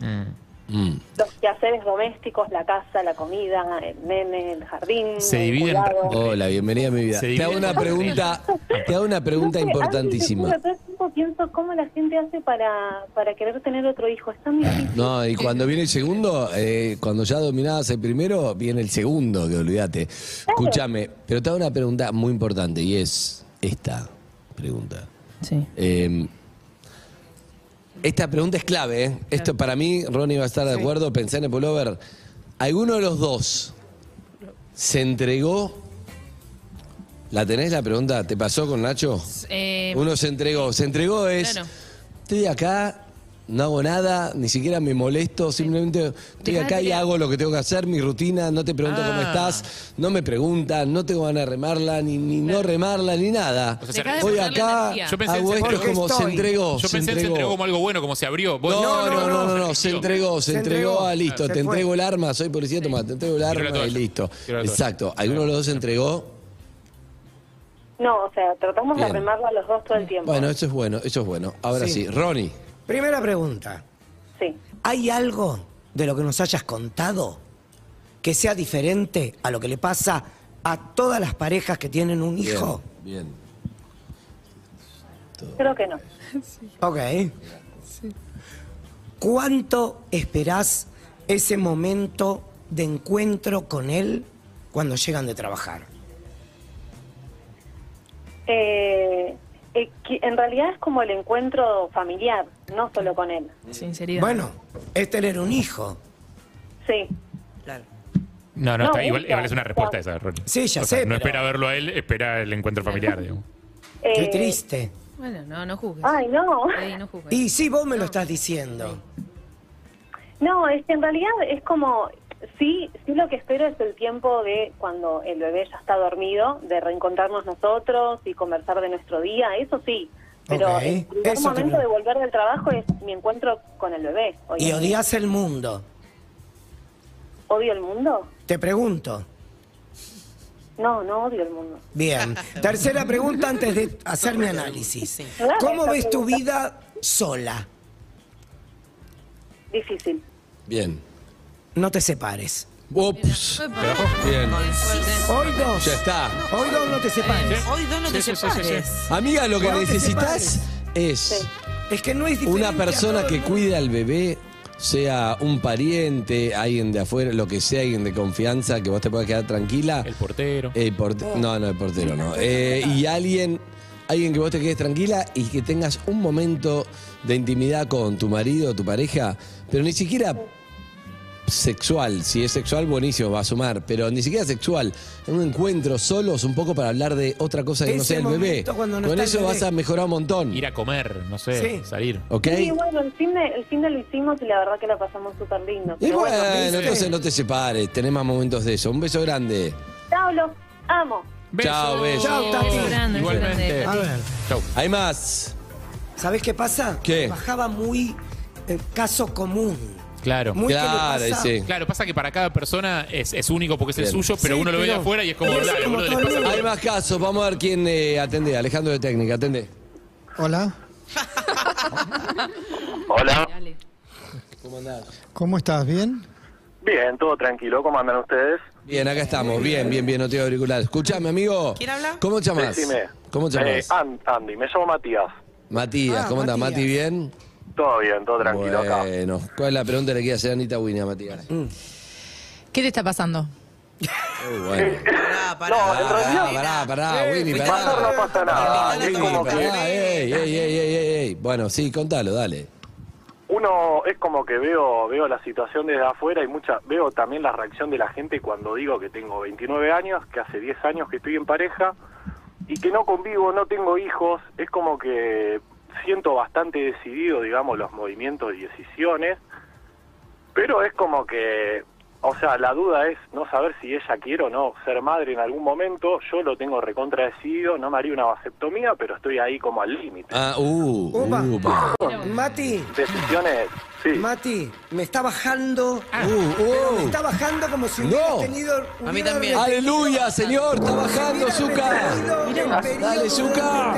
[SPEAKER 5] Mm.
[SPEAKER 1] Mm.
[SPEAKER 8] los quehaceres domésticos, la casa, la comida, el nene, el jardín.
[SPEAKER 5] Se
[SPEAKER 8] el
[SPEAKER 5] dividen-
[SPEAKER 8] cuidado.
[SPEAKER 1] Hola, bienvenida a mi vida.
[SPEAKER 5] Se
[SPEAKER 1] Te
[SPEAKER 5] divide
[SPEAKER 1] hago una
[SPEAKER 5] por
[SPEAKER 1] pregunta, te hago una pregunta
[SPEAKER 8] No sé, a
[SPEAKER 1] importantísima.
[SPEAKER 8] mí me ocurre, todo el tiempo pienso cómo la gente hace para, para querer tener otro hijo. Es tan difícil.
[SPEAKER 1] No, y cuando viene el segundo, eh, cuando ya dominabas el primero, viene el segundo, que olvídate. Escúchame, pero te hago una pregunta muy importante y es esta pregunta.
[SPEAKER 2] Sí.
[SPEAKER 1] Eh, esta pregunta es clave, ¿eh? Esto para mí, Ronnie va a estar de acuerdo, pensé en el pullover. ¿Alguno de los dos se entregó? ¿La tenés la pregunta? ¿Te pasó con Nacho?
[SPEAKER 2] Eh,
[SPEAKER 1] Uno se entregó. Se entregó es.
[SPEAKER 2] Claro.
[SPEAKER 1] Estoy acá, no hago nada, ni siquiera me molesto, simplemente estoy
[SPEAKER 2] Dejá de
[SPEAKER 1] acá y
[SPEAKER 2] pelear.
[SPEAKER 1] hago lo que tengo que hacer, mi rutina, no te pregunto cómo
[SPEAKER 5] Ah.
[SPEAKER 1] estás, no me preguntan, no tengo ganas de remarla, ni, ni no remarla, ni nada.
[SPEAKER 5] O sea, Dejá de
[SPEAKER 1] Voy
[SPEAKER 2] perderle
[SPEAKER 1] acá,
[SPEAKER 2] energía.
[SPEAKER 5] Yo pensé en
[SPEAKER 1] hago
[SPEAKER 5] se
[SPEAKER 1] esto
[SPEAKER 3] entregó.
[SPEAKER 1] como se
[SPEAKER 3] Porque estoy.
[SPEAKER 1] entregó.
[SPEAKER 5] Yo pensé que se entregó como algo bueno, como se abrió. Vos-
[SPEAKER 1] No, no, no, no, no, se entregó, se
[SPEAKER 3] Se
[SPEAKER 1] entregó,
[SPEAKER 3] entregó.
[SPEAKER 1] ah, listo,
[SPEAKER 3] Se
[SPEAKER 1] te
[SPEAKER 3] fue.
[SPEAKER 1] entrego el arma, soy policía, toma, te entrego el
[SPEAKER 5] la
[SPEAKER 1] arma y
[SPEAKER 5] toalla.
[SPEAKER 1] listo.
[SPEAKER 5] Tiró la toalla.
[SPEAKER 1] Exacto, alguno de los dos se entregó.
[SPEAKER 8] No, o sea, tratamos
[SPEAKER 1] Bien.
[SPEAKER 8] de remarlo a los dos todo el tiempo.
[SPEAKER 1] Bueno, eso es bueno, eso es bueno. Ahora
[SPEAKER 3] Sí.
[SPEAKER 1] sí, Ronnie.
[SPEAKER 3] Primera pregunta.
[SPEAKER 8] Sí.
[SPEAKER 3] ¿Hay algo de lo que nos hayas contado que sea diferente a lo que le pasa a todas las parejas que tienen un
[SPEAKER 1] Bien,
[SPEAKER 3] hijo?
[SPEAKER 1] Bien.
[SPEAKER 8] Creo que no.
[SPEAKER 3] Ok. ¿Cuánto esperás ese momento de encuentro con él cuando llegan de trabajar?
[SPEAKER 8] Eh, eh, que en realidad es como el encuentro familiar, no solo con él.
[SPEAKER 2] Sinceridad.
[SPEAKER 3] Bueno, es tener un hijo.
[SPEAKER 8] Sí.
[SPEAKER 9] Claro.
[SPEAKER 5] No, no,
[SPEAKER 8] No,
[SPEAKER 5] está, igual,
[SPEAKER 8] gusta.
[SPEAKER 5] igual es una respuesta esa, Ronnie.
[SPEAKER 3] Sí, ya
[SPEAKER 5] O sea,
[SPEAKER 3] sé,
[SPEAKER 5] No
[SPEAKER 3] pero-
[SPEAKER 5] espera verlo a él, espera el encuentro familiar, digamos.
[SPEAKER 3] Qué
[SPEAKER 8] Eh,
[SPEAKER 3] triste.
[SPEAKER 2] Bueno, no, no juzgues.
[SPEAKER 8] Ay, no.
[SPEAKER 2] Ahí no juzgues.
[SPEAKER 3] Y sí, vos me lo estás diciendo.
[SPEAKER 8] No, es que en realidad es como, sí, sí lo que espero es el tiempo de cuando el bebé ya está dormido, de reencontrarnos nosotros y conversar de nuestro día, eso sí. Pero
[SPEAKER 3] Ok,
[SPEAKER 8] el primer
[SPEAKER 3] eso
[SPEAKER 8] momento
[SPEAKER 3] primero.
[SPEAKER 8] de volver del trabajo es mi encuentro con el bebé.
[SPEAKER 3] Y
[SPEAKER 8] Odio,
[SPEAKER 3] odias el mundo.
[SPEAKER 8] ¿Odio el mundo?
[SPEAKER 3] Te pregunto.
[SPEAKER 8] No, no odio el mundo.
[SPEAKER 3] Bien. Tercera pregunta antes de hacer mi análisis. ¿Cómo ves tu vida sola?
[SPEAKER 8] Difícil.
[SPEAKER 1] Bien.
[SPEAKER 3] No te separes.
[SPEAKER 1] Ups. Bien.
[SPEAKER 3] Hoy dos.
[SPEAKER 1] Ya está.
[SPEAKER 3] Hoy dos no te separes.
[SPEAKER 9] Hoy dos no te
[SPEAKER 5] Sí, sí, sí, sí,
[SPEAKER 9] separes.
[SPEAKER 1] Amiga, lo que
[SPEAKER 3] Guau, que
[SPEAKER 1] necesitas es
[SPEAKER 3] Es que no es diferente.
[SPEAKER 1] una
[SPEAKER 3] a
[SPEAKER 1] persona
[SPEAKER 3] todo el
[SPEAKER 1] que
[SPEAKER 3] mundo.
[SPEAKER 1] cuide al bebé sea un pariente, alguien de afuera, lo que sea, alguien de confianza, que vos te puedas quedar tranquila.
[SPEAKER 5] El portero.
[SPEAKER 1] El porte- Eh, no, no, el portero no. Eh, y alguien, alguien que vos te quedes tranquila y que tengas un momento de intimidad con tu marido, tu pareja, pero ni siquiera sexual. Si es sexual, buenísimo, va a sumar, pero ni siquiera sexual. En un encuentro solos, un poco para hablar de otra cosa que no
[SPEAKER 3] Ese
[SPEAKER 1] sea el bebé.
[SPEAKER 3] momento cuando no
[SPEAKER 1] con
[SPEAKER 3] está el
[SPEAKER 1] eso
[SPEAKER 3] bebé.
[SPEAKER 1] vas a mejorar un montón.
[SPEAKER 5] Ir a comer, no sé,
[SPEAKER 3] Sí.
[SPEAKER 5] salir.
[SPEAKER 1] ¿Ok?
[SPEAKER 8] Sí, bueno, el fin, de, el fin de lo hicimos y la verdad que la pasamos súper lindo.
[SPEAKER 1] Y
[SPEAKER 8] Pero
[SPEAKER 1] bueno,
[SPEAKER 8] ¿viste?
[SPEAKER 1] entonces no te separes, tenemos momentos de eso. Un beso grande.
[SPEAKER 8] Chao, los amo.
[SPEAKER 1] Chao, beso.
[SPEAKER 3] Chao, Tati.
[SPEAKER 10] Beso grande, beso grande.
[SPEAKER 5] Igualmente.
[SPEAKER 3] A ver,
[SPEAKER 5] Chau.
[SPEAKER 1] Hay más.
[SPEAKER 3] ¿sabés qué pasa?
[SPEAKER 1] ¿Qué?
[SPEAKER 3] Bajaba muy eh, caso común.
[SPEAKER 5] Claro.
[SPEAKER 3] Muy que le
[SPEAKER 1] Claro,
[SPEAKER 3] pasa-
[SPEAKER 1] sí.
[SPEAKER 5] Claro, pasa que para cada persona es, es único porque es el
[SPEAKER 1] Bien.
[SPEAKER 5] suyo, pero
[SPEAKER 3] Sí,
[SPEAKER 5] uno lo ve de
[SPEAKER 3] pero-
[SPEAKER 5] afuera y es como,
[SPEAKER 3] pero es
[SPEAKER 5] dale,
[SPEAKER 3] como
[SPEAKER 5] boludo,
[SPEAKER 3] todo
[SPEAKER 5] le
[SPEAKER 3] el
[SPEAKER 5] pasa.
[SPEAKER 3] mundo.
[SPEAKER 1] Hay más casos, vamos a ver quién eh, atende. Alejandro de Técnica, atende.
[SPEAKER 11] Hola,
[SPEAKER 9] Hola.
[SPEAKER 1] ¿Cómo andás?
[SPEAKER 11] ¿cómo estás? ¿Bien?
[SPEAKER 9] Bien, todo tranquilo. ¿Cómo andan ustedes?
[SPEAKER 1] Bien, acá estamos. Bien, bien, bien, no te auricular. Escuchame, amigo.
[SPEAKER 2] ¿Quién habla?
[SPEAKER 1] ¿Cómo te llamás?
[SPEAKER 9] Decime.
[SPEAKER 1] ¿Cómo te
[SPEAKER 9] Eh,
[SPEAKER 1] llamás?
[SPEAKER 9] An- Andy, me llamo Matías.
[SPEAKER 1] Matías,
[SPEAKER 3] Ah,
[SPEAKER 1] ¿cómo andás?
[SPEAKER 3] Matías.
[SPEAKER 1] ¿Mati bien?
[SPEAKER 9] Todo bien, todo tranquilo acá.
[SPEAKER 1] bueno, ¿cuál es la pregunta que le quieres hacer a Anita Winnie a Matías?
[SPEAKER 12] ¿Qué te está pasando?
[SPEAKER 1] Muy bueno.
[SPEAKER 2] Pará, pará.
[SPEAKER 9] No, en
[SPEAKER 1] Pará,
[SPEAKER 9] realidad-
[SPEAKER 1] pará, pará, Winnie, pará.
[SPEAKER 9] Pasar no pasa nada.
[SPEAKER 1] Pará,
[SPEAKER 9] es
[SPEAKER 1] Winnie,
[SPEAKER 9] como
[SPEAKER 1] pará,
[SPEAKER 9] que
[SPEAKER 1] ey, ey, ey, ey, ey, ey. Bueno, sí, contalo, dale.
[SPEAKER 9] uno es como que veo veo la situación desde afuera y mucha veo también la reacción de la gente cuando digo que tengo 29 años, que hace 10 años que estoy en pareja y que no convivo, no tengo hijos, es como que siento bastante decidido, digamos, los movimientos y decisiones, pero es como que o sea, la duda es no saber si ella quiere o no ser madre en algún momento. Yo lo tengo recontra decidido, no me haría una vasectomía, pero estoy ahí como al límite.
[SPEAKER 1] Ah, uh,
[SPEAKER 3] Upa.
[SPEAKER 1] upa.
[SPEAKER 3] Mati,
[SPEAKER 9] Decisiones, sí.
[SPEAKER 3] Mati, me está bajando.
[SPEAKER 1] Uh,
[SPEAKER 3] pero
[SPEAKER 1] uh.
[SPEAKER 3] me está bajando como si hubiera
[SPEAKER 1] No.
[SPEAKER 3] tenido. hubiera
[SPEAKER 2] mí también.
[SPEAKER 1] Aleluya, señor, está bajando, Zuka.
[SPEAKER 3] Zuka.
[SPEAKER 1] Dale, Zuka.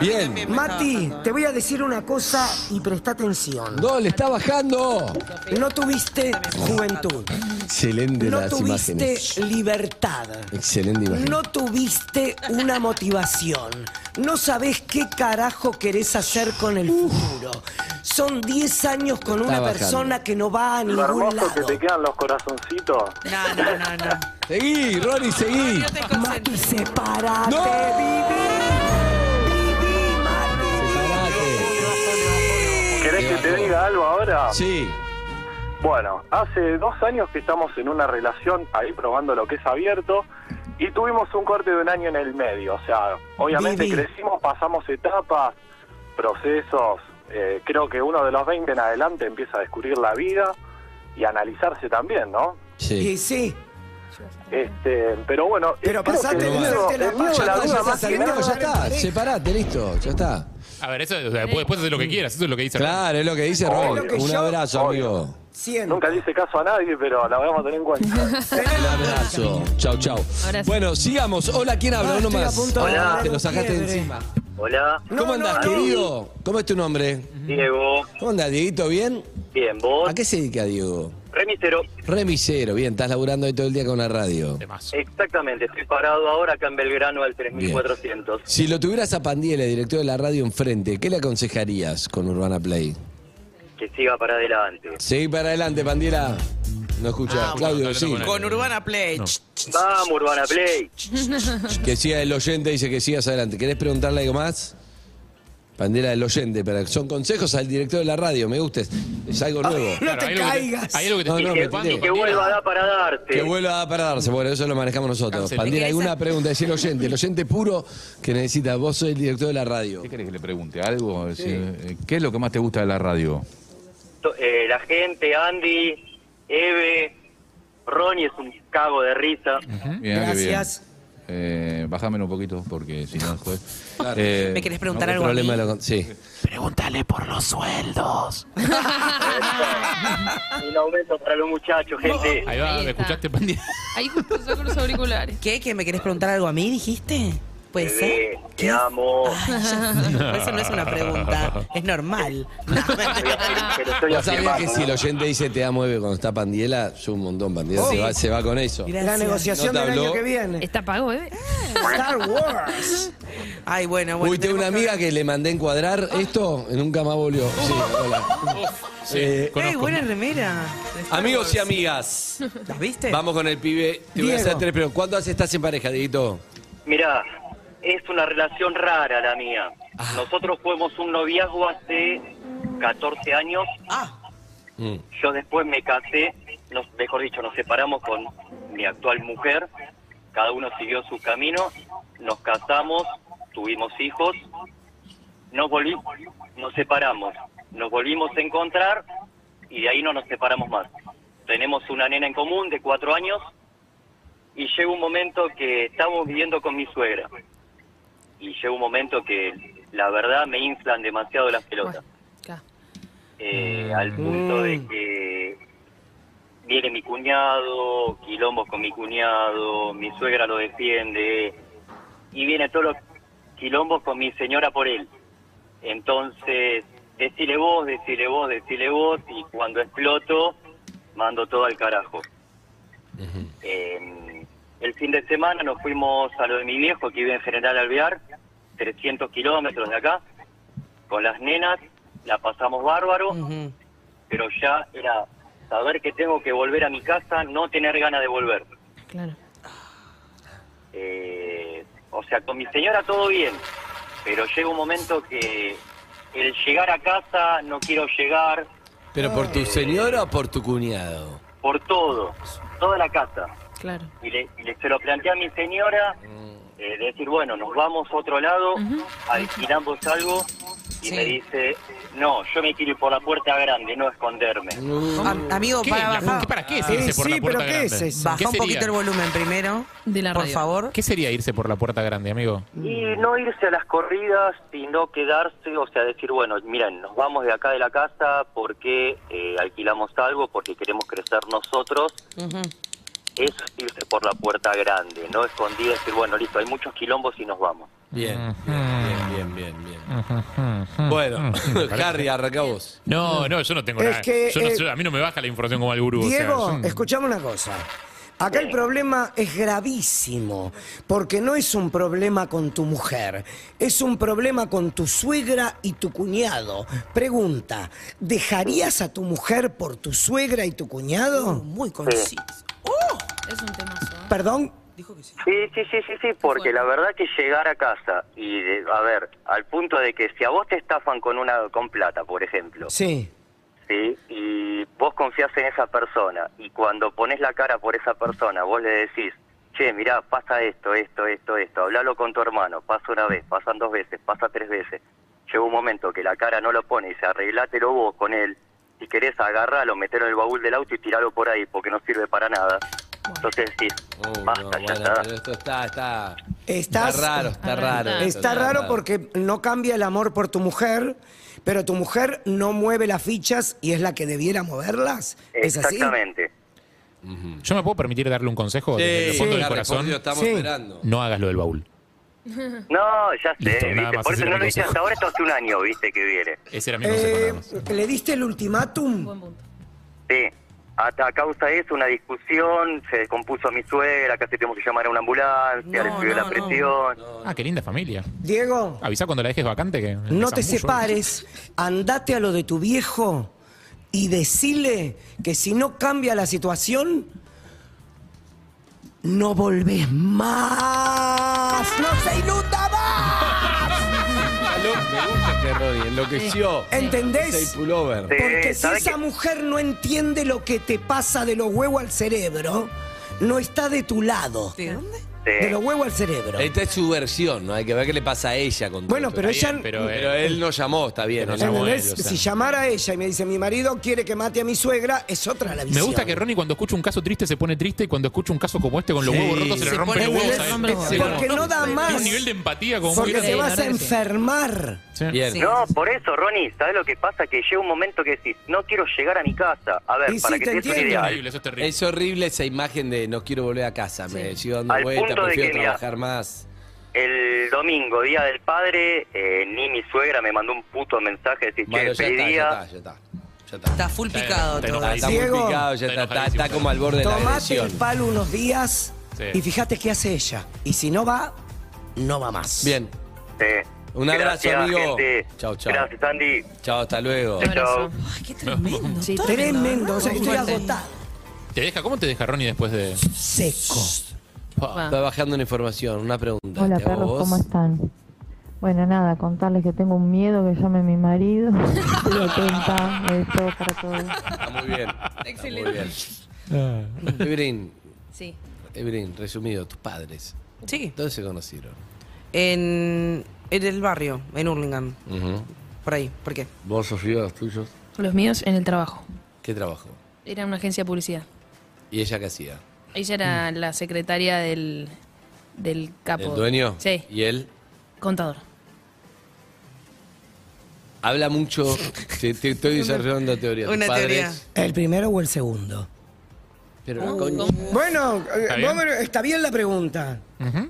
[SPEAKER 1] Bien.
[SPEAKER 3] Mati, te voy a decir una cosa y presta atención.
[SPEAKER 1] No, le está bajando.
[SPEAKER 3] No tuviste juventud.
[SPEAKER 1] Excelente
[SPEAKER 3] No
[SPEAKER 1] las
[SPEAKER 3] tuviste
[SPEAKER 1] imágenes.
[SPEAKER 3] libertad.
[SPEAKER 1] Excelente imagen.
[SPEAKER 3] No tuviste una motivación. No sabés qué carajo querés hacer con el futuro. Son 10 años con una
[SPEAKER 1] bajando.
[SPEAKER 3] persona que no va a
[SPEAKER 9] Lo
[SPEAKER 3] ningún
[SPEAKER 9] hermoso que
[SPEAKER 3] lado.
[SPEAKER 9] te quedan los corazoncitos.
[SPEAKER 2] No, no, no, no.
[SPEAKER 1] Seguí, Ronnie, seguí.
[SPEAKER 2] No te
[SPEAKER 3] Mati,
[SPEAKER 2] concentres.
[SPEAKER 3] separate,
[SPEAKER 1] ¡No!
[SPEAKER 3] viví. Viví,
[SPEAKER 1] Separate.
[SPEAKER 9] ¿Querés que
[SPEAKER 1] Te
[SPEAKER 9] te
[SPEAKER 1] bajó.
[SPEAKER 9] diga algo ahora?
[SPEAKER 1] Sí.
[SPEAKER 9] Bueno, hace dos años que estamos en una relación, ahí probando lo que es abierto, y tuvimos un corte de un año en el medio. O sea, obviamente
[SPEAKER 3] Viví.
[SPEAKER 9] crecimos, pasamos etapas, procesos. Eh, creo que uno de los 20 en adelante empieza a descubrir la vida y a analizarse también, ¿no?
[SPEAKER 3] Mati.
[SPEAKER 1] Sí.
[SPEAKER 3] Y sí.
[SPEAKER 9] Este, pero bueno,
[SPEAKER 3] Pero
[SPEAKER 9] creo
[SPEAKER 3] pasaste
[SPEAKER 9] que el
[SPEAKER 1] de
[SPEAKER 9] miedo-
[SPEAKER 3] hacerte la
[SPEAKER 9] el miedo,
[SPEAKER 3] pacha,
[SPEAKER 9] la
[SPEAKER 1] Ya está,
[SPEAKER 9] duda
[SPEAKER 1] ya está
[SPEAKER 9] más que
[SPEAKER 3] saliendo,
[SPEAKER 1] saliendo,
[SPEAKER 9] nada-
[SPEAKER 1] ya está. Separate, listo, ya está.
[SPEAKER 5] A ver, eso o sea, puedes, puedes hacer lo que quieras, eso es lo que dice.
[SPEAKER 1] Claro, es lo que dice
[SPEAKER 9] Obvio.
[SPEAKER 1] Ron.
[SPEAKER 9] Lo que
[SPEAKER 1] Un
[SPEAKER 3] yo-
[SPEAKER 1] abrazo,
[SPEAKER 9] Obvio.
[SPEAKER 1] amigo.
[SPEAKER 3] Siento.
[SPEAKER 9] Nunca le hice caso a nadie, pero la vamos a tener en cuenta.
[SPEAKER 1] Un abrazo. Chau, chau.
[SPEAKER 10] Abrazo.
[SPEAKER 1] Bueno, sigamos. Hola, ¿quién habla?
[SPEAKER 3] Ah,
[SPEAKER 1] Uno
[SPEAKER 3] estoy a
[SPEAKER 1] más.
[SPEAKER 3] punto de
[SPEAKER 1] Hola.
[SPEAKER 3] agarrar
[SPEAKER 1] Te
[SPEAKER 3] un
[SPEAKER 1] lo sacaste de
[SPEAKER 3] quiebre.
[SPEAKER 1] encima.
[SPEAKER 9] Hola,
[SPEAKER 3] No,
[SPEAKER 1] ¿Cómo andás,
[SPEAKER 3] no, no.
[SPEAKER 1] querido? ¿Cómo es tu nombre?
[SPEAKER 9] Diego.
[SPEAKER 1] ¿Cómo andás, Dieguito? ¿Bien?
[SPEAKER 9] Bien,
[SPEAKER 1] ¿A
[SPEAKER 9] vos.
[SPEAKER 1] qué se dedica Diego?
[SPEAKER 9] Remisero.
[SPEAKER 1] Remisero, bien, estás laburando ahí todo el día con la radio.
[SPEAKER 5] Además.
[SPEAKER 9] Exactamente, estoy parado ahora acá en Belgrano al 3400.
[SPEAKER 1] Si lo tuvieras a Pandiela, director de la radio enfrente, ¿qué le aconsejarías con Urbana Play?
[SPEAKER 9] Que siga para adelante.
[SPEAKER 1] Seguí para adelante, Pandiela. No escucha,
[SPEAKER 2] Ah,
[SPEAKER 1] Claudio,
[SPEAKER 5] bueno,
[SPEAKER 1] sí.
[SPEAKER 5] dale,
[SPEAKER 2] Con Urbana Play.
[SPEAKER 9] Vamos, Urbana Play.
[SPEAKER 1] Que siga el oyente, dice que sigas adelante. ¿Querés preguntarle algo más? Pandiela del oyente, pero son consejos al director de la radio, me gustes. Es algo
[SPEAKER 2] Ah.
[SPEAKER 1] nuevo.
[SPEAKER 3] No te
[SPEAKER 5] hay algo que
[SPEAKER 3] caigas.
[SPEAKER 5] hay algo que te
[SPEAKER 1] No,
[SPEAKER 5] estoy
[SPEAKER 1] no, me
[SPEAKER 5] preocupando,
[SPEAKER 1] tiré.
[SPEAKER 9] Que
[SPEAKER 5] Pandela.
[SPEAKER 9] vuelva a dar para darte.
[SPEAKER 1] Que vuelva a dar para darse, bueno, eso lo manejamos nosotros.
[SPEAKER 5] Cancela.
[SPEAKER 1] Pandiela,
[SPEAKER 2] ¿Qué querés
[SPEAKER 1] ¿alguna
[SPEAKER 2] hacer?
[SPEAKER 1] pregunta? Es el oyente, el oyente puro que necesita. Vos sos el director de la radio.
[SPEAKER 13] ¿Qué querés que le pregunte? ¿Algo? Es decir, eh, ¿Qué es lo que más te gusta de la radio?
[SPEAKER 9] To- eh, la gente, Andy, Eve, Ronnie es un cago de risa.
[SPEAKER 13] Bien, qué bien.
[SPEAKER 3] Gracias.
[SPEAKER 13] Eh, bájamelo un poquito porque si no, eh, joder.
[SPEAKER 2] ¿Me querés preguntar
[SPEAKER 1] ¿Qué
[SPEAKER 2] algo? a mí?
[SPEAKER 1] problema lo con- Sí.
[SPEAKER 2] Pregúntale por los sueldos. Ah,
[SPEAKER 9] Un aumento para los muchachos, gente.
[SPEAKER 5] Ahí
[SPEAKER 10] Ahí
[SPEAKER 5] va, ¿me
[SPEAKER 10] está.
[SPEAKER 3] Eh,
[SPEAKER 5] escuchaste, Pandilla?
[SPEAKER 10] Ahí justo saco los auriculares.
[SPEAKER 2] ¿Qué? ¿Que me querés preguntar algo a mí, dijiste?
[SPEAKER 4] ¿Puede ser?
[SPEAKER 13] Te amo.
[SPEAKER 4] Ay, ya sé. Por eso no es una pregunta, es normal.
[SPEAKER 2] Ah,
[SPEAKER 13] Pero
[SPEAKER 1] ¿Vos
[SPEAKER 13] estoy
[SPEAKER 1] sabías
[SPEAKER 13] afirmando,
[SPEAKER 1] que
[SPEAKER 13] ¿no?
[SPEAKER 1] si el oyente dice te amo Eve cuando está Pandiela, yo un montón Pandiela
[SPEAKER 3] Oh.
[SPEAKER 1] se, va, se va con eso.
[SPEAKER 3] La negociación
[SPEAKER 1] No te
[SPEAKER 3] del año
[SPEAKER 1] habló.
[SPEAKER 3] que viene.
[SPEAKER 2] Está pago, ¿eh?
[SPEAKER 3] Star Wars.
[SPEAKER 4] Ay, bueno, bueno.
[SPEAKER 1] Uy, tengo una amiga que le mandé encuadrar esto y nunca más volvió. Sí, hola.
[SPEAKER 5] Sí,
[SPEAKER 1] Eh,
[SPEAKER 4] Ay,
[SPEAKER 5] conozco.
[SPEAKER 4] buena remera.
[SPEAKER 1] Amigos y amigas,
[SPEAKER 4] ¿Las viste?
[SPEAKER 1] vamos con el pibe. Te voy a hacer
[SPEAKER 3] Diego.
[SPEAKER 1] tres preguntas. ¿Cuánto hace estás en pareja, Dieguito?
[SPEAKER 13] Mirá, es una relación rara la mía. Nosotros fuimos un noviazgo hace 14 años.
[SPEAKER 4] Ah,
[SPEAKER 1] Mm.
[SPEAKER 13] Yo después me casé, nos, mejor dicho, nos separamos con mi actual mujer. Cada uno siguió su camino. Nos casamos, tuvimos hijos. Nos volvimos, nos separamos. Nos volvimos a encontrar y de ahí no nos separamos más. Tenemos una nena en común de cuatro años y llega un momento que estamos viviendo con mi suegra. Y llega un momento que Eh, la verdad me inflan demasiado las pelotas.
[SPEAKER 2] Acá.
[SPEAKER 13] Eh, al punto
[SPEAKER 1] Mm.
[SPEAKER 13] de que viene mi cuñado, quilombos con mi cuñado, mi suegra lo defiende, y viene todos los quilombos con mi señora por él. Entonces, decile vos, decile vos, decile vos, y cuando exploto, mando todo al carajo. Eh, el fin de semana nos fuimos a lo de mi viejo, que vive en General Alvear, 300 kilómetros de acá, con las nenas, la pasamos bárbaro,
[SPEAKER 4] ujú.
[SPEAKER 13] pero ya era saber que tengo que volver a mi casa, no tener ganas de volver.
[SPEAKER 2] Claro.
[SPEAKER 13] Eh, o sea, con mi señora todo bien, pero llega un momento que el llegar a casa no quiero llegar
[SPEAKER 1] ¿Pero por tu señora o por tu cuñado?
[SPEAKER 13] por todo, toda la casa.
[SPEAKER 2] Claro.
[SPEAKER 13] Y, le, y le- se lo planteé a mi señora, eh, decir, bueno, nos vamos a otro lado, alquilamos algo, y
[SPEAKER 4] Sí.
[SPEAKER 13] me dice, no, yo me quiero ir por la puerta grande, no esconderme.
[SPEAKER 4] Am- amigo,
[SPEAKER 5] ¿Qué?
[SPEAKER 4] para
[SPEAKER 5] ¿La-
[SPEAKER 4] bajar.
[SPEAKER 5] qué- ¿Para qué es
[SPEAKER 3] Ah.
[SPEAKER 5] irse por
[SPEAKER 3] Sí,
[SPEAKER 5] la puerta
[SPEAKER 3] pero ¿qué es
[SPEAKER 5] grande?
[SPEAKER 3] eso?
[SPEAKER 5] ¿Qué
[SPEAKER 4] Baja un
[SPEAKER 5] sería?
[SPEAKER 4] poquito el volumen primero,
[SPEAKER 2] De la
[SPEAKER 4] por
[SPEAKER 2] radio.
[SPEAKER 4] favor.
[SPEAKER 5] ¿Qué sería irse por la puerta grande, amigo?
[SPEAKER 13] Y no irse a las corridas, sino quedarse, o sea, decir, bueno, miren, nos vamos de acá de la casa porque eh, alquilamos algo, porque queremos crecer nosotros.
[SPEAKER 4] Ujú.
[SPEAKER 13] Eso es irse por la puerta grande, no escondida, decir, bueno, listo, hay muchos quilombos y nos vamos.
[SPEAKER 1] Bien, bien, bien, bien, bien.
[SPEAKER 5] Ujú.
[SPEAKER 1] Bueno,
[SPEAKER 5] Me parece-
[SPEAKER 1] Harry, arranca vos.
[SPEAKER 5] No, no, yo no tengo
[SPEAKER 3] Es
[SPEAKER 5] nada.
[SPEAKER 3] que,
[SPEAKER 5] Yo no-
[SPEAKER 3] eh,
[SPEAKER 5] yo- a mí no me baja la información como al gurú. o sea,
[SPEAKER 3] Diego,
[SPEAKER 5] es un-
[SPEAKER 3] escuchame una cosa. Acá el problema es gravísimo, porque no es un problema con tu mujer, es un problema con tu suegra y tu cuñado. Pregunta, ¿dejarías a tu mujer por tu suegra y tu cuñado?
[SPEAKER 4] Muy conciso.
[SPEAKER 2] Es un temazo. ¿eh?
[SPEAKER 3] Perdón,
[SPEAKER 4] Dijo que sí.
[SPEAKER 13] Sí, sí, sí, sí, sí, porque la verdad que llegar a casa y, de- a ver, al punto de que si a vos te estafan con una con plata, por ejemplo,
[SPEAKER 3] sí.
[SPEAKER 13] ¿sí? y vos confías en esa persona y cuando pones la cara por esa persona, vos le decís, che, mirá, pasa esto, esto, esto, esto, hablalo con tu hermano, pasa una vez, pasan dos veces, pasa tres veces, llega un momento que la cara no lo pone y se arreglátelo vos con él, si querés agarralo, metelo en el baúl del auto y tiralo por ahí porque no sirve para nada. Entonces decís,
[SPEAKER 1] Oh,
[SPEAKER 13] basta,
[SPEAKER 1] no,
[SPEAKER 13] ya
[SPEAKER 1] bueno,
[SPEAKER 13] está.
[SPEAKER 1] pero esto está, está, está
[SPEAKER 3] Estás-
[SPEAKER 1] raro, está raro. esto,
[SPEAKER 3] Está raro porque no cambia el amor por tu mujer, pero tu mujer no mueve las fichas y es la que debiera moverlas. ¿Es así?
[SPEAKER 13] Exactamente.
[SPEAKER 5] Yo me puedo permitir darle un consejo
[SPEAKER 1] Sí,
[SPEAKER 5] desde el
[SPEAKER 1] sí,
[SPEAKER 5] fondo
[SPEAKER 1] Harry,
[SPEAKER 5] del
[SPEAKER 1] por
[SPEAKER 5] corazón.
[SPEAKER 1] Dios, estamos
[SPEAKER 3] Sí.
[SPEAKER 1] esperando.
[SPEAKER 5] No hagas lo del baúl.
[SPEAKER 13] No, ya sé,
[SPEAKER 5] Listo, nada
[SPEAKER 13] ¿viste?
[SPEAKER 5] más, ese
[SPEAKER 13] por eso
[SPEAKER 5] era
[SPEAKER 13] no
[SPEAKER 5] mi
[SPEAKER 13] lo hice
[SPEAKER 5] consejo.
[SPEAKER 13] hasta ahora, esto hace un año, viste, que viene.
[SPEAKER 5] Ese era mi consejo nada
[SPEAKER 3] Eh,
[SPEAKER 5] más.
[SPEAKER 3] ¿Le diste el ultimátum?
[SPEAKER 2] Buen punto.
[SPEAKER 13] Sí, a, a causa de eso, una discusión, se descompuso a mi suegra, casi tuvimos que llamar a una ambulancia,
[SPEAKER 4] No,
[SPEAKER 13] le subió
[SPEAKER 4] no,
[SPEAKER 13] la
[SPEAKER 4] no.
[SPEAKER 13] presión.
[SPEAKER 5] Ah, qué linda familia.
[SPEAKER 3] Diego,
[SPEAKER 1] Ah,
[SPEAKER 5] Avisa cuando la dejes vacante que. me
[SPEAKER 3] no te
[SPEAKER 5] zambullo.
[SPEAKER 3] separes, andate a lo de tu viejo y decile que si no cambia la situación, no volvés más. ¡No se inunda más!
[SPEAKER 1] Me gusta este Rodri, enloqueció. Seis
[SPEAKER 3] ¿Entendés?
[SPEAKER 1] pullover.
[SPEAKER 13] Sí,
[SPEAKER 3] Porque si
[SPEAKER 13] ¿sabes
[SPEAKER 3] esa
[SPEAKER 13] qué?
[SPEAKER 3] mujer no entiende lo que te pasa de los huevos al cerebro, no está de tu lado.
[SPEAKER 4] ¿De dónde?
[SPEAKER 3] De
[SPEAKER 13] Sí.
[SPEAKER 3] los huevos al cerebro.
[SPEAKER 1] Esta es su versión, ¿no? Hay que ver qué le pasa a ella con todo
[SPEAKER 3] Bueno,
[SPEAKER 1] esto.
[SPEAKER 3] pero
[SPEAKER 1] Está
[SPEAKER 3] ella-
[SPEAKER 1] bien, Pero, eh,
[SPEAKER 5] eh,
[SPEAKER 1] pero él no llamó, está bien.
[SPEAKER 5] Pero
[SPEAKER 1] no llamó
[SPEAKER 3] ¿Entendés?
[SPEAKER 5] él, o sea.
[SPEAKER 3] Si llamara a ella y me dice, mi marido quiere que mate a mi suegra, es otra la
[SPEAKER 5] Me
[SPEAKER 3] visión.
[SPEAKER 5] gusta que Ronnie cuando escucha un caso triste se pone triste y cuando escucha un caso como este con los
[SPEAKER 1] Sí.
[SPEAKER 5] huevos rotos se le
[SPEAKER 4] Se
[SPEAKER 5] rompen
[SPEAKER 4] pone
[SPEAKER 5] los huevos
[SPEAKER 4] nervioso,
[SPEAKER 5] a él.
[SPEAKER 4] hombre,
[SPEAKER 5] Sí,
[SPEAKER 3] porque
[SPEAKER 5] como-
[SPEAKER 3] no da
[SPEAKER 5] Tiene
[SPEAKER 3] más.
[SPEAKER 5] un nivel de empatía como muy
[SPEAKER 3] Porque te
[SPEAKER 5] grande.
[SPEAKER 2] Sí, la
[SPEAKER 3] vas
[SPEAKER 2] verdad
[SPEAKER 3] a
[SPEAKER 2] que sí.
[SPEAKER 3] enfermar.
[SPEAKER 5] Sí.
[SPEAKER 1] Bien.
[SPEAKER 4] Sí.
[SPEAKER 13] No, por eso, Ronnie, ¿sabes lo que pasa? Que llega un momento que decís, no quiero llegar a mi casa. A ver,
[SPEAKER 3] Y
[SPEAKER 13] para
[SPEAKER 3] sí,
[SPEAKER 13] que
[SPEAKER 3] te
[SPEAKER 13] te des un
[SPEAKER 3] entiendo.
[SPEAKER 13] ideal.
[SPEAKER 5] Horrible, eso es terrible.
[SPEAKER 1] Es horrible esa imagen de no quiero volver a casa, me sigo dando
[SPEAKER 13] Al
[SPEAKER 1] vueltas,
[SPEAKER 13] punto de
[SPEAKER 1] prefiero
[SPEAKER 13] que, mira,
[SPEAKER 1] trabajar más.
[SPEAKER 14] El domingo, día del padre, eh, ni mi suegra me mandó un puto mensaje de decir,
[SPEAKER 1] Bueno,
[SPEAKER 14] che,
[SPEAKER 1] ya
[SPEAKER 14] feliz
[SPEAKER 1] está,
[SPEAKER 14] día.
[SPEAKER 1] ya está, ya está. Ya está.
[SPEAKER 4] Está full picado
[SPEAKER 1] Está,
[SPEAKER 4] todo.
[SPEAKER 1] está, está muy
[SPEAKER 3] Diego,
[SPEAKER 1] picado, ya está, está, está como al borde de la
[SPEAKER 3] Tomate
[SPEAKER 1] agresión.
[SPEAKER 3] el palo unos días
[SPEAKER 1] Sí.
[SPEAKER 3] y fíjate qué hace ella. Y si no va, no va más.
[SPEAKER 1] Bien.
[SPEAKER 13] Eh,
[SPEAKER 14] Sí.
[SPEAKER 1] Un abrazo,
[SPEAKER 14] Gracias,
[SPEAKER 1] amigo.
[SPEAKER 14] gente.
[SPEAKER 1] Chao, chao.
[SPEAKER 14] Gracias, Andy.
[SPEAKER 1] Chao, hasta luego.
[SPEAKER 14] Chao, chao.
[SPEAKER 4] Ay, qué tremendo.
[SPEAKER 3] Sí,
[SPEAKER 4] todo.
[SPEAKER 3] tremendo. O sea,
[SPEAKER 4] Muy
[SPEAKER 3] estoy
[SPEAKER 4] fuerte.
[SPEAKER 3] agotado.
[SPEAKER 5] ¿Te deja, ¿Cómo te deja Ronnie después de.?
[SPEAKER 3] Seco.
[SPEAKER 1] Está bajando una información, una pregunta.
[SPEAKER 8] Hola
[SPEAKER 1] ¿Te hago
[SPEAKER 8] perros,
[SPEAKER 1] vos?
[SPEAKER 8] ¿cómo están? Bueno, nada, contarles que tengo un miedo que llame mi marido. Estoy atenta, besos para todos.
[SPEAKER 1] Está muy bien.
[SPEAKER 15] Excelente.
[SPEAKER 1] Está muy bien. Evelyn,
[SPEAKER 15] Sí.
[SPEAKER 1] Evelyn, resumido, tus padres.
[SPEAKER 4] Sí.
[SPEAKER 1] ¿Dónde se conocieron?
[SPEAKER 4] En, en el barrio, en Hurlingham. Por ahí, ¿por qué?
[SPEAKER 1] ¿Vos, Sofía, los tuyos?
[SPEAKER 2] Los míos en el trabajo.
[SPEAKER 1] ¿Qué trabajo?
[SPEAKER 2] Era una agencia de publicidad.
[SPEAKER 1] ¿Y ella qué hacía?
[SPEAKER 2] Ella era la secretaria del, del capo.
[SPEAKER 1] ¿El dueño?
[SPEAKER 2] Sí,
[SPEAKER 1] ¿Y él?
[SPEAKER 2] contador.
[SPEAKER 1] Habla mucho. te, te estoy desarrollando teorías. ¿Tus padres?
[SPEAKER 3] ¿El primero o el segundo?
[SPEAKER 1] Pero,
[SPEAKER 3] Uh,
[SPEAKER 1] coño,
[SPEAKER 3] Bueno, eh,
[SPEAKER 1] ¿Está
[SPEAKER 3] vos me-
[SPEAKER 1] bien?
[SPEAKER 3] ¿Está bien? la pregunta.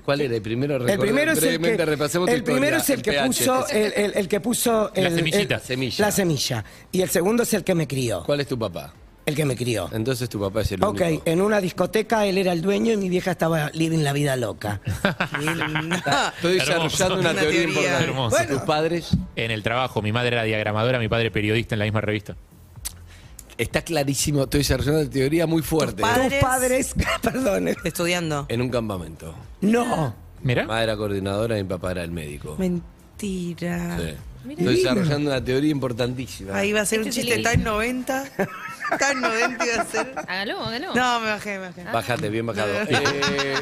[SPEAKER 1] ¿cuál era el primero?
[SPEAKER 3] El
[SPEAKER 1] Recordá
[SPEAKER 3] primero es el que,
[SPEAKER 1] brevemente, repasemos tu
[SPEAKER 3] el primero
[SPEAKER 1] historia,
[SPEAKER 3] es el que
[SPEAKER 1] pH.
[SPEAKER 3] puso el, el- el que puso
[SPEAKER 1] La
[SPEAKER 3] el-
[SPEAKER 1] semillita.
[SPEAKER 3] el-
[SPEAKER 1] Semilla.
[SPEAKER 3] la semilla. Y el segundo es el que me crió.
[SPEAKER 1] ¿Cuál es tu papá?
[SPEAKER 3] El que me crió.
[SPEAKER 1] Entonces tu papá es el
[SPEAKER 3] Ok, eh,
[SPEAKER 1] único.
[SPEAKER 3] en una discoteca él era el dueño y mi vieja estaba living la vida loca.
[SPEAKER 1] Estoy desarrollando una, teoría, importante. ¿Tus padres?
[SPEAKER 5] En el trabajo. Mi madre era diagramadora, mi padre periodista en la misma revista.
[SPEAKER 1] Está clarísimo, estoy desarrollando una teoría muy fuerte.
[SPEAKER 3] Tus padres, perdón. eh,
[SPEAKER 4] Estudiando.
[SPEAKER 1] En un campamento.
[SPEAKER 3] No.
[SPEAKER 5] Mira.
[SPEAKER 1] Mi madre era coordinadora y mi papá era el médico.
[SPEAKER 4] Mentira.
[SPEAKER 1] Sí. Estoy desarrollando una teoría importantísima.
[SPEAKER 4] Ahí va a ser un
[SPEAKER 2] Este es el
[SPEAKER 4] chiste tan 90. Tan 90 iba a ser.
[SPEAKER 2] Hágalo, hágalo.
[SPEAKER 4] No, me bajé, me bajé.
[SPEAKER 16] Ah.
[SPEAKER 1] Bájate, bien bajado. Eh,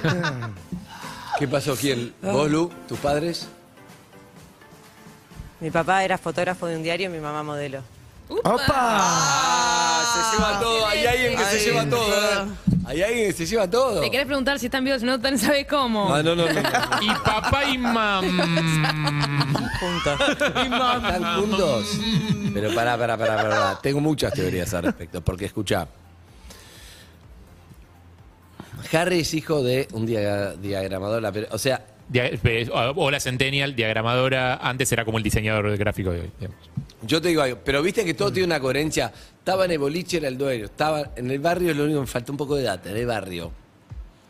[SPEAKER 1] ¿Qué pasó, quién? ¿Vos, Lu? ¿Tus padres?
[SPEAKER 16] Mi papá era fotógrafo de un diario y mi mamá modelo.
[SPEAKER 1] Ah, se lleva todo. Hay alguien que se lleva todo. ¿eh? Hay alguien que se lleva todo.
[SPEAKER 2] ¿Te querés preguntar si están vivos? No tan sabes cómo.
[SPEAKER 1] Ah, no, no, no.
[SPEAKER 5] Y papá y mamá.
[SPEAKER 1] ¿Están juntos? Pero pará, pará, pará, pará, pará. Tengo muchas teorías al respecto, porque escuchá. Harry es hijo de un dia- diagramador, la per- o sea,
[SPEAKER 5] Dia- eh, O la Centennial, diagramadora, antes era como el diseñador gráfico de hoy. digamos.
[SPEAKER 1] yo te digo algo, pero viste que todo tiene una coherencia. Estaba en el boliche, era el dueño. Estaba en el barrio, es lo único que me faltó un poco de data, en el barrio.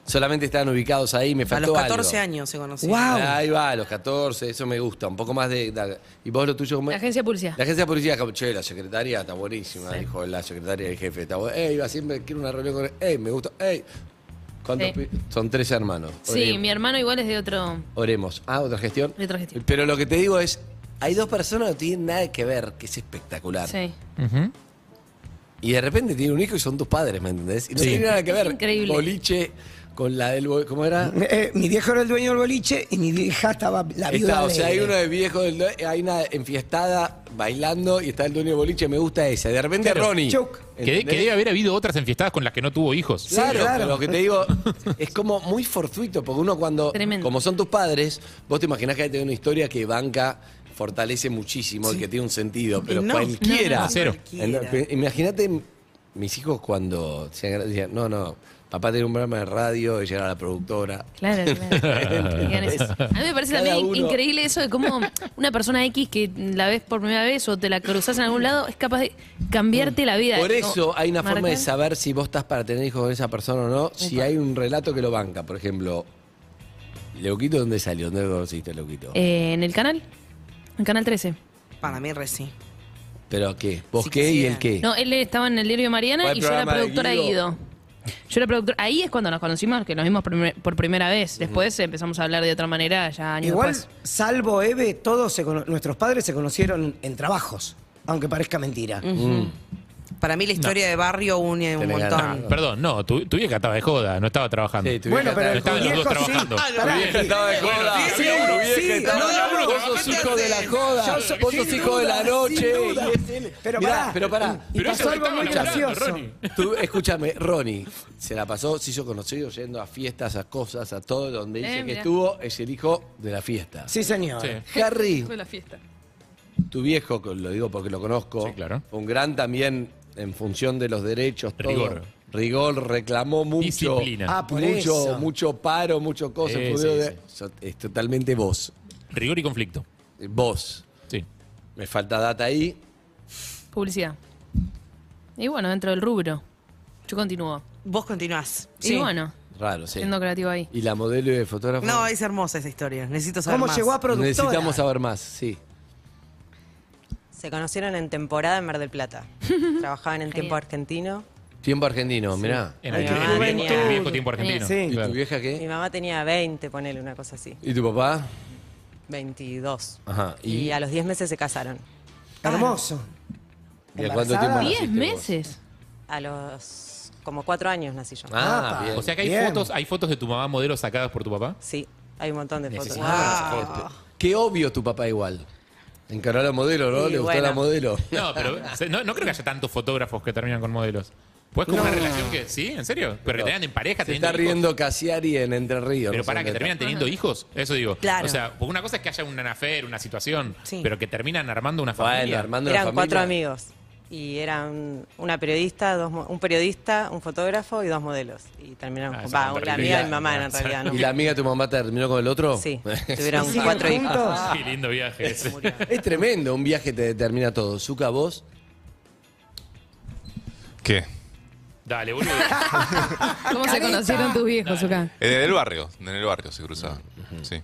[SPEAKER 1] Solamente estaban ubicados ahí, me
[SPEAKER 4] A
[SPEAKER 1] faltó
[SPEAKER 4] los 14
[SPEAKER 1] algo.
[SPEAKER 4] años se conocía.
[SPEAKER 1] Ahí va, a los 14, eso me gusta, un poco más de... de- ¿Y vos lo tuyo? cómo
[SPEAKER 2] La
[SPEAKER 1] es?
[SPEAKER 2] agencia de publicidad.
[SPEAKER 1] La agencia de policía, como, che, la secretaria está buenísima,
[SPEAKER 2] Sí.
[SPEAKER 1] dijo la secretaria del jefe. Está bu- ey, iba siempre, quiero una reunión con él. Ey, me gusta, ey. ¿Cuántos
[SPEAKER 2] Sí.
[SPEAKER 1] pi- Son tres hermanos.
[SPEAKER 2] Sí,
[SPEAKER 1] Orem-
[SPEAKER 2] mi hermano igual es de otro.
[SPEAKER 1] Oremos. Ah, otra gestión.
[SPEAKER 2] De otra gestión.
[SPEAKER 1] Pero lo que te digo es, hay dos personas que no tienen nada que ver, que es espectacular.
[SPEAKER 2] Sí.
[SPEAKER 1] Y de repente tiene un hijo y son tus padres, ¿me entendés? Y no
[SPEAKER 3] Sí.
[SPEAKER 1] tiene nada que
[SPEAKER 3] Es
[SPEAKER 1] ver.
[SPEAKER 3] increíble.
[SPEAKER 1] Boliche con la del... bo- ¿Cómo era?
[SPEAKER 3] Eh, mi viejo era el dueño del boliche y mi vieja estaba la viuda
[SPEAKER 1] Está, o sea, hay
[SPEAKER 3] alegre.
[SPEAKER 1] uno de viejo, del due- hay una enfiestada bailando y está el dueño de boliche, me gusta esa. De repente
[SPEAKER 5] Claro.
[SPEAKER 1] Ronnie.
[SPEAKER 5] Que, de- que
[SPEAKER 1] ¿entendés?
[SPEAKER 5] debe haber habido otras enfiestadas con las que no tuvo hijos.
[SPEAKER 1] Claro, pero lo que te digo es como muy fortuito, porque uno cuando, como son tus padres, vos te imaginás que hay que tener una historia que banca fortalece muchísimo y que tiene un sentido, pero
[SPEAKER 5] no,
[SPEAKER 1] cualquiera.
[SPEAKER 5] no, no, Cero.
[SPEAKER 1] Ent- pe- Imagínate mis hijos cuando sean grandes, digan, no, no, papá tenía un programa de radio, ella era la productora.
[SPEAKER 2] Claro, claro. Digan eso. A mí me parece
[SPEAKER 1] Cada
[SPEAKER 2] también
[SPEAKER 1] uno-
[SPEAKER 2] increíble eso de cómo una persona X que la ves por primera vez o te la cruzas en algún lado es capaz de cambiarte la vida.
[SPEAKER 1] Por
[SPEAKER 2] Es como
[SPEAKER 1] eso hay una forma de
[SPEAKER 2] marcar-
[SPEAKER 1] saber si vos estás para tener hijos con esa persona o no, si hay un relato que lo banca. Por ejemplo, Leuquito, ¿dónde salió? ¿Dónde conociste a Leuquito?
[SPEAKER 2] Eh, en el canal, en Canal 13.
[SPEAKER 4] Para mí, re sí.
[SPEAKER 1] ¿Pero qué? ¿Vos qué y él qué?
[SPEAKER 2] No, él estaba en el diario Mariana
[SPEAKER 1] ¿Cuál
[SPEAKER 2] y yo era
[SPEAKER 1] programa de
[SPEAKER 2] productora de
[SPEAKER 1] Guido?
[SPEAKER 2] Guido. Yo era productora. Ahí es cuando nos conocimos, que nos vimos primer- por primera vez.
[SPEAKER 1] Mm.
[SPEAKER 2] Después empezamos a hablar de otra manera, ya años
[SPEAKER 3] Igual,
[SPEAKER 2] después.
[SPEAKER 3] salvo Eve, todos se cono- nuestros padres se conocieron en trabajos, aunque parezca mentira.
[SPEAKER 4] Para mí la historia de barrio une un montón.
[SPEAKER 5] No, perdón, no, tu, tu vieja estaba de joda, no estaba trabajando.
[SPEAKER 1] Sí, tu vieja Bueno, pero estaba-
[SPEAKER 5] estaban
[SPEAKER 1] tu
[SPEAKER 5] los dos
[SPEAKER 1] viejo sí.
[SPEAKER 5] trabajando.
[SPEAKER 1] Ah, Tu vieja estaba de
[SPEAKER 5] Bueno,
[SPEAKER 1] joda.
[SPEAKER 5] sí,
[SPEAKER 1] Tu
[SPEAKER 3] sí,
[SPEAKER 1] vieja estaba-
[SPEAKER 3] no, no, no,
[SPEAKER 1] Vos sos hijo de la joda.
[SPEAKER 3] Yo soy-
[SPEAKER 1] Vos sos
[SPEAKER 3] sin
[SPEAKER 1] hijo de la
[SPEAKER 3] duda,
[SPEAKER 1] noche.
[SPEAKER 3] sin duda.
[SPEAKER 1] Y es él.
[SPEAKER 3] Pero
[SPEAKER 1] Mirá,
[SPEAKER 3] pará.
[SPEAKER 1] pero pará.
[SPEAKER 3] Y Pero pasó ellos algo estaban muy laburando, gracioso. Ronnie.
[SPEAKER 1] Tú, escúchame, Ronnie se la pasó, se hizo conocido yendo a fiestas, a cosas, a todo. Donde dice
[SPEAKER 2] Eh,
[SPEAKER 1] que
[SPEAKER 2] mirá.
[SPEAKER 1] estuvo, es el hijo de la fiesta.
[SPEAKER 3] Sí, señor.
[SPEAKER 1] Sí. Harry,
[SPEAKER 2] Fue la fiesta.
[SPEAKER 1] tu viejo, que lo digo porque lo conozco, fue un gran también en función de los derechos. todo.
[SPEAKER 5] Rigor,
[SPEAKER 1] Rigol reclamó mucho,
[SPEAKER 5] Disciplina. Ah, por
[SPEAKER 1] mucho,
[SPEAKER 5] eso.
[SPEAKER 1] mucho paro, mucho cosa.
[SPEAKER 5] Eh,
[SPEAKER 1] pudieron-
[SPEAKER 5] sí,
[SPEAKER 1] so- Es totalmente vos.
[SPEAKER 5] Rigor y conflicto.
[SPEAKER 1] Vos.
[SPEAKER 5] Sí.
[SPEAKER 1] Me falta data ahí.
[SPEAKER 2] Publicidad. Y bueno, dentro del rubro. Yo continúo.
[SPEAKER 4] Vos continuás.
[SPEAKER 2] Y bueno,
[SPEAKER 1] Raro, sí.
[SPEAKER 2] siendo creativo ahí.
[SPEAKER 1] ¿Y la modelo y el fotógrafo?
[SPEAKER 4] No, es hermosa esa historia. Necesito saber más.
[SPEAKER 1] Necesitamos saber más, sí.
[SPEAKER 16] Se conocieron en temporada en Mar del Plata. Trabajaban en tiempo argentino.
[SPEAKER 1] Tiempo argentino, mirá.
[SPEAKER 5] En el- en el viejo- en el viejo tiempo argentino.
[SPEAKER 1] Sí. ¿Y
[SPEAKER 5] Claro.
[SPEAKER 1] tu vieja qué?
[SPEAKER 16] Mi mamá tenía 20, ponele una cosa así.
[SPEAKER 1] ¿Y tu papá?
[SPEAKER 16] 22.
[SPEAKER 1] Ajá.
[SPEAKER 16] Y,
[SPEAKER 1] ¿Y,
[SPEAKER 16] a los 10 meses se casaron.
[SPEAKER 3] Hermoso.
[SPEAKER 1] ¿y a cuánto tiempo naciste vos?
[SPEAKER 16] meses? A los como 4 años nací yo.
[SPEAKER 1] Ah, bien.
[SPEAKER 5] O sea que hay
[SPEAKER 1] Bien.
[SPEAKER 5] fotos, hay fotos de tu mamá modelo sacadas por tu papá.
[SPEAKER 16] Sí, hay un montón de fotos.
[SPEAKER 1] Necesitamos esas fotos. Qué obvio tu papá igual. Encaró a la modelo, ¿no?
[SPEAKER 16] Sí,
[SPEAKER 1] Le gustó
[SPEAKER 16] bueno.
[SPEAKER 1] la modelo.
[SPEAKER 5] No, pero se- no, no creo que haya tantos fotógrafos que terminan con modelos. Pues como una relación que. ¿Sí? ¿En serio? Pero que terminan en pareja,
[SPEAKER 1] Se
[SPEAKER 5] teniendo
[SPEAKER 1] está
[SPEAKER 5] hijos.
[SPEAKER 1] riendo Casiari en Entre Ríos.
[SPEAKER 5] Pero
[SPEAKER 1] no sé
[SPEAKER 5] para que
[SPEAKER 1] dónde está.
[SPEAKER 5] terminan
[SPEAKER 2] Ah.
[SPEAKER 5] teniendo hijos, eso digo.
[SPEAKER 16] Claro.
[SPEAKER 5] O sea, porque una cosa es que haya un anafer, una situación,
[SPEAKER 16] Sí.
[SPEAKER 5] pero que terminan armando una
[SPEAKER 1] Bueno,
[SPEAKER 5] familia.
[SPEAKER 1] armando
[SPEAKER 16] Eran cuatro amigos. Y eran una periodista, dos, mo- un periodista, un fotógrafo y dos modelos. Y terminaron.
[SPEAKER 1] eso
[SPEAKER 16] va,
[SPEAKER 1] Ah, es
[SPEAKER 16] la
[SPEAKER 1] terrible.
[SPEAKER 16] amiga de mi mamá en realidad. ¿no?
[SPEAKER 1] ¿Y la amiga de tu mamá terminó con el otro?
[SPEAKER 16] Sí, tuvieron cuatro hijos.
[SPEAKER 5] Qué lindo viaje ese.
[SPEAKER 1] Es tremendo, un viaje te determina todo. Zuka, vos.
[SPEAKER 17] ¿Qué?
[SPEAKER 5] Dale, boludo.
[SPEAKER 2] ¿Cómo se conocieron tus viejos acá?
[SPEAKER 1] Eh,
[SPEAKER 17] En el barrio, en el barrio se cruzaban. Sí.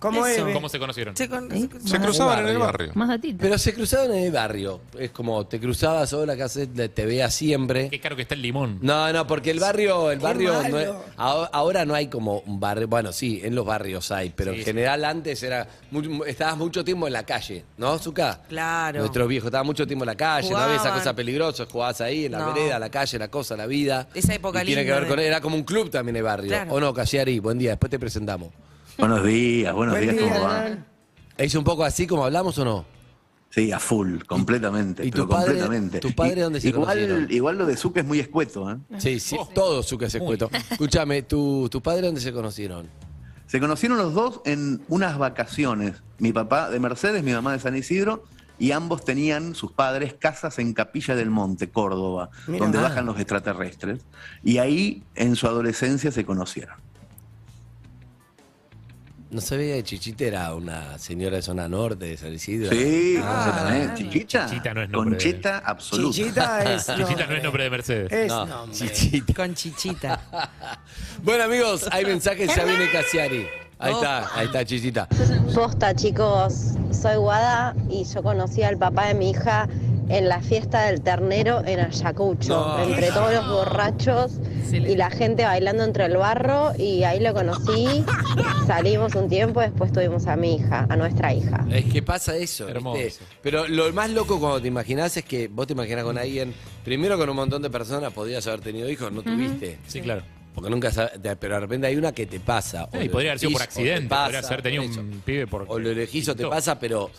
[SPEAKER 2] ¿Cómo Eso. es?
[SPEAKER 5] ¿Cómo se conocieron?
[SPEAKER 17] Se cruzaban en el barrio.
[SPEAKER 2] Más datito.
[SPEAKER 1] Pero se cruzaban en el barrio. Es como te cruzabas sola, casi te vea siempre.
[SPEAKER 5] Qué caro que está el limón.
[SPEAKER 1] No, no, porque el barrio, el
[SPEAKER 5] Qué
[SPEAKER 1] barrio no
[SPEAKER 5] malo.
[SPEAKER 1] es- ahora, ahora no hay como un barrio, bueno, sí, en los barrios hay, pero
[SPEAKER 5] Sí,
[SPEAKER 1] en
[SPEAKER 5] sí.
[SPEAKER 1] general antes era mu- estabas mucho tiempo en la calle, ¿no, Zuka?
[SPEAKER 4] Claro.
[SPEAKER 1] Nuestros viejos estaban mucho tiempo en la calle, no había esa
[SPEAKER 4] Jugaban.
[SPEAKER 1] cosa peligrosa, jugabas ahí en la
[SPEAKER 4] No.
[SPEAKER 1] vereda, la calle, la cosa, la vida.
[SPEAKER 4] Esa época
[SPEAKER 1] Y tiene que
[SPEAKER 4] linda
[SPEAKER 1] ver con
[SPEAKER 4] de-
[SPEAKER 1] era como un club también el barrio.
[SPEAKER 4] Claro.
[SPEAKER 1] O no, Casiari, buen día, después te presentamos.
[SPEAKER 9] Buenos días, buenos días, ¿cómo va?
[SPEAKER 1] ¿Es un poco así como hablamos o no?
[SPEAKER 9] Sí, a full, completamente.
[SPEAKER 1] ¿Y
[SPEAKER 9] pero
[SPEAKER 1] tu padre-
[SPEAKER 9] completamente.
[SPEAKER 1] tu padre dónde se
[SPEAKER 9] igual,
[SPEAKER 1] conocieron?
[SPEAKER 9] igual lo de Zucca es muy escueto, ¿eh?
[SPEAKER 1] Sí, sí, todo Zuka se cuento. Escúchame, ¿tu, ¿tu padre dónde se conocieron?
[SPEAKER 9] Se conocieron los dos en unas vacaciones. Mi papá de Mercedes, mi mamá de San Isidro, y ambos tenían sus padres casas en Capilla del Monte, Córdoba,
[SPEAKER 18] Mirá.
[SPEAKER 9] donde
[SPEAKER 18] Ah.
[SPEAKER 9] bajan los extraterrestres. Y ahí, en su adolescencia, se conocieron.
[SPEAKER 1] No sabía que Chichita era una señora de zona norte de San Isidro.
[SPEAKER 9] Sí,
[SPEAKER 1] Ah.
[SPEAKER 9] completamente. Chichita,
[SPEAKER 1] Chichita no es nombre de-
[SPEAKER 9] concheta absoluta.
[SPEAKER 1] Chichita es Chichita
[SPEAKER 5] no es nombre de Mercedes.
[SPEAKER 2] Eh.
[SPEAKER 1] Es
[SPEAKER 9] No.
[SPEAKER 1] nombre.
[SPEAKER 4] Con chichita.
[SPEAKER 1] Bueno, amigos, hay mensajes, ya viene Casiari. Ahí
[SPEAKER 19] Oh.
[SPEAKER 1] está, ahí está Chichita.
[SPEAKER 19] Posta, chicos. Soy Guada y yo conocí al papá de mi hija en la fiesta del ternero en Ayacucho,
[SPEAKER 1] No.
[SPEAKER 19] entre todos los borrachos y la gente bailando entre el barro y ahí lo conocí. Salimos un tiempo, después tuvimos a mi hija, a nuestra hija.
[SPEAKER 1] Es que pasa eso, ¿viste? Pero lo más loco cuando te imaginás es que vos te imaginás con alguien, primero con un montón de personas podías haber tenido hijos, no tuviste.
[SPEAKER 5] Sí, claro.
[SPEAKER 1] Porque nunca sabes, pero de repente hay una que te pasa. o
[SPEAKER 5] Eh, y
[SPEAKER 1] lo
[SPEAKER 5] podría haber sido por
[SPEAKER 1] elegís, o te
[SPEAKER 5] accidente,
[SPEAKER 1] pasa,
[SPEAKER 5] podría haber tenido
[SPEAKER 1] por eso.
[SPEAKER 5] un pibe por.
[SPEAKER 1] O lo elegís o te
[SPEAKER 5] Todo.
[SPEAKER 1] pasa, pero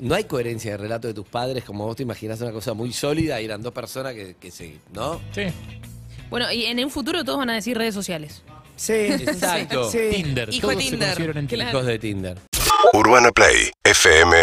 [SPEAKER 1] no hay coherencia de relato de tus padres, como vos te imaginás una cosa muy sólida y eran dos personas que, que se. ¿No?
[SPEAKER 5] Sí.
[SPEAKER 2] Bueno, y en un futuro todos van a decir redes sociales.
[SPEAKER 3] Sí,
[SPEAKER 1] Exacto.
[SPEAKER 2] Sí.
[SPEAKER 5] Tinder.
[SPEAKER 2] Eh, Hijo de
[SPEAKER 5] todos se
[SPEAKER 2] Tinder.
[SPEAKER 5] conocieron en Tinder.
[SPEAKER 1] Hijos de Tinder.
[SPEAKER 20] UrbanaPlayFM.com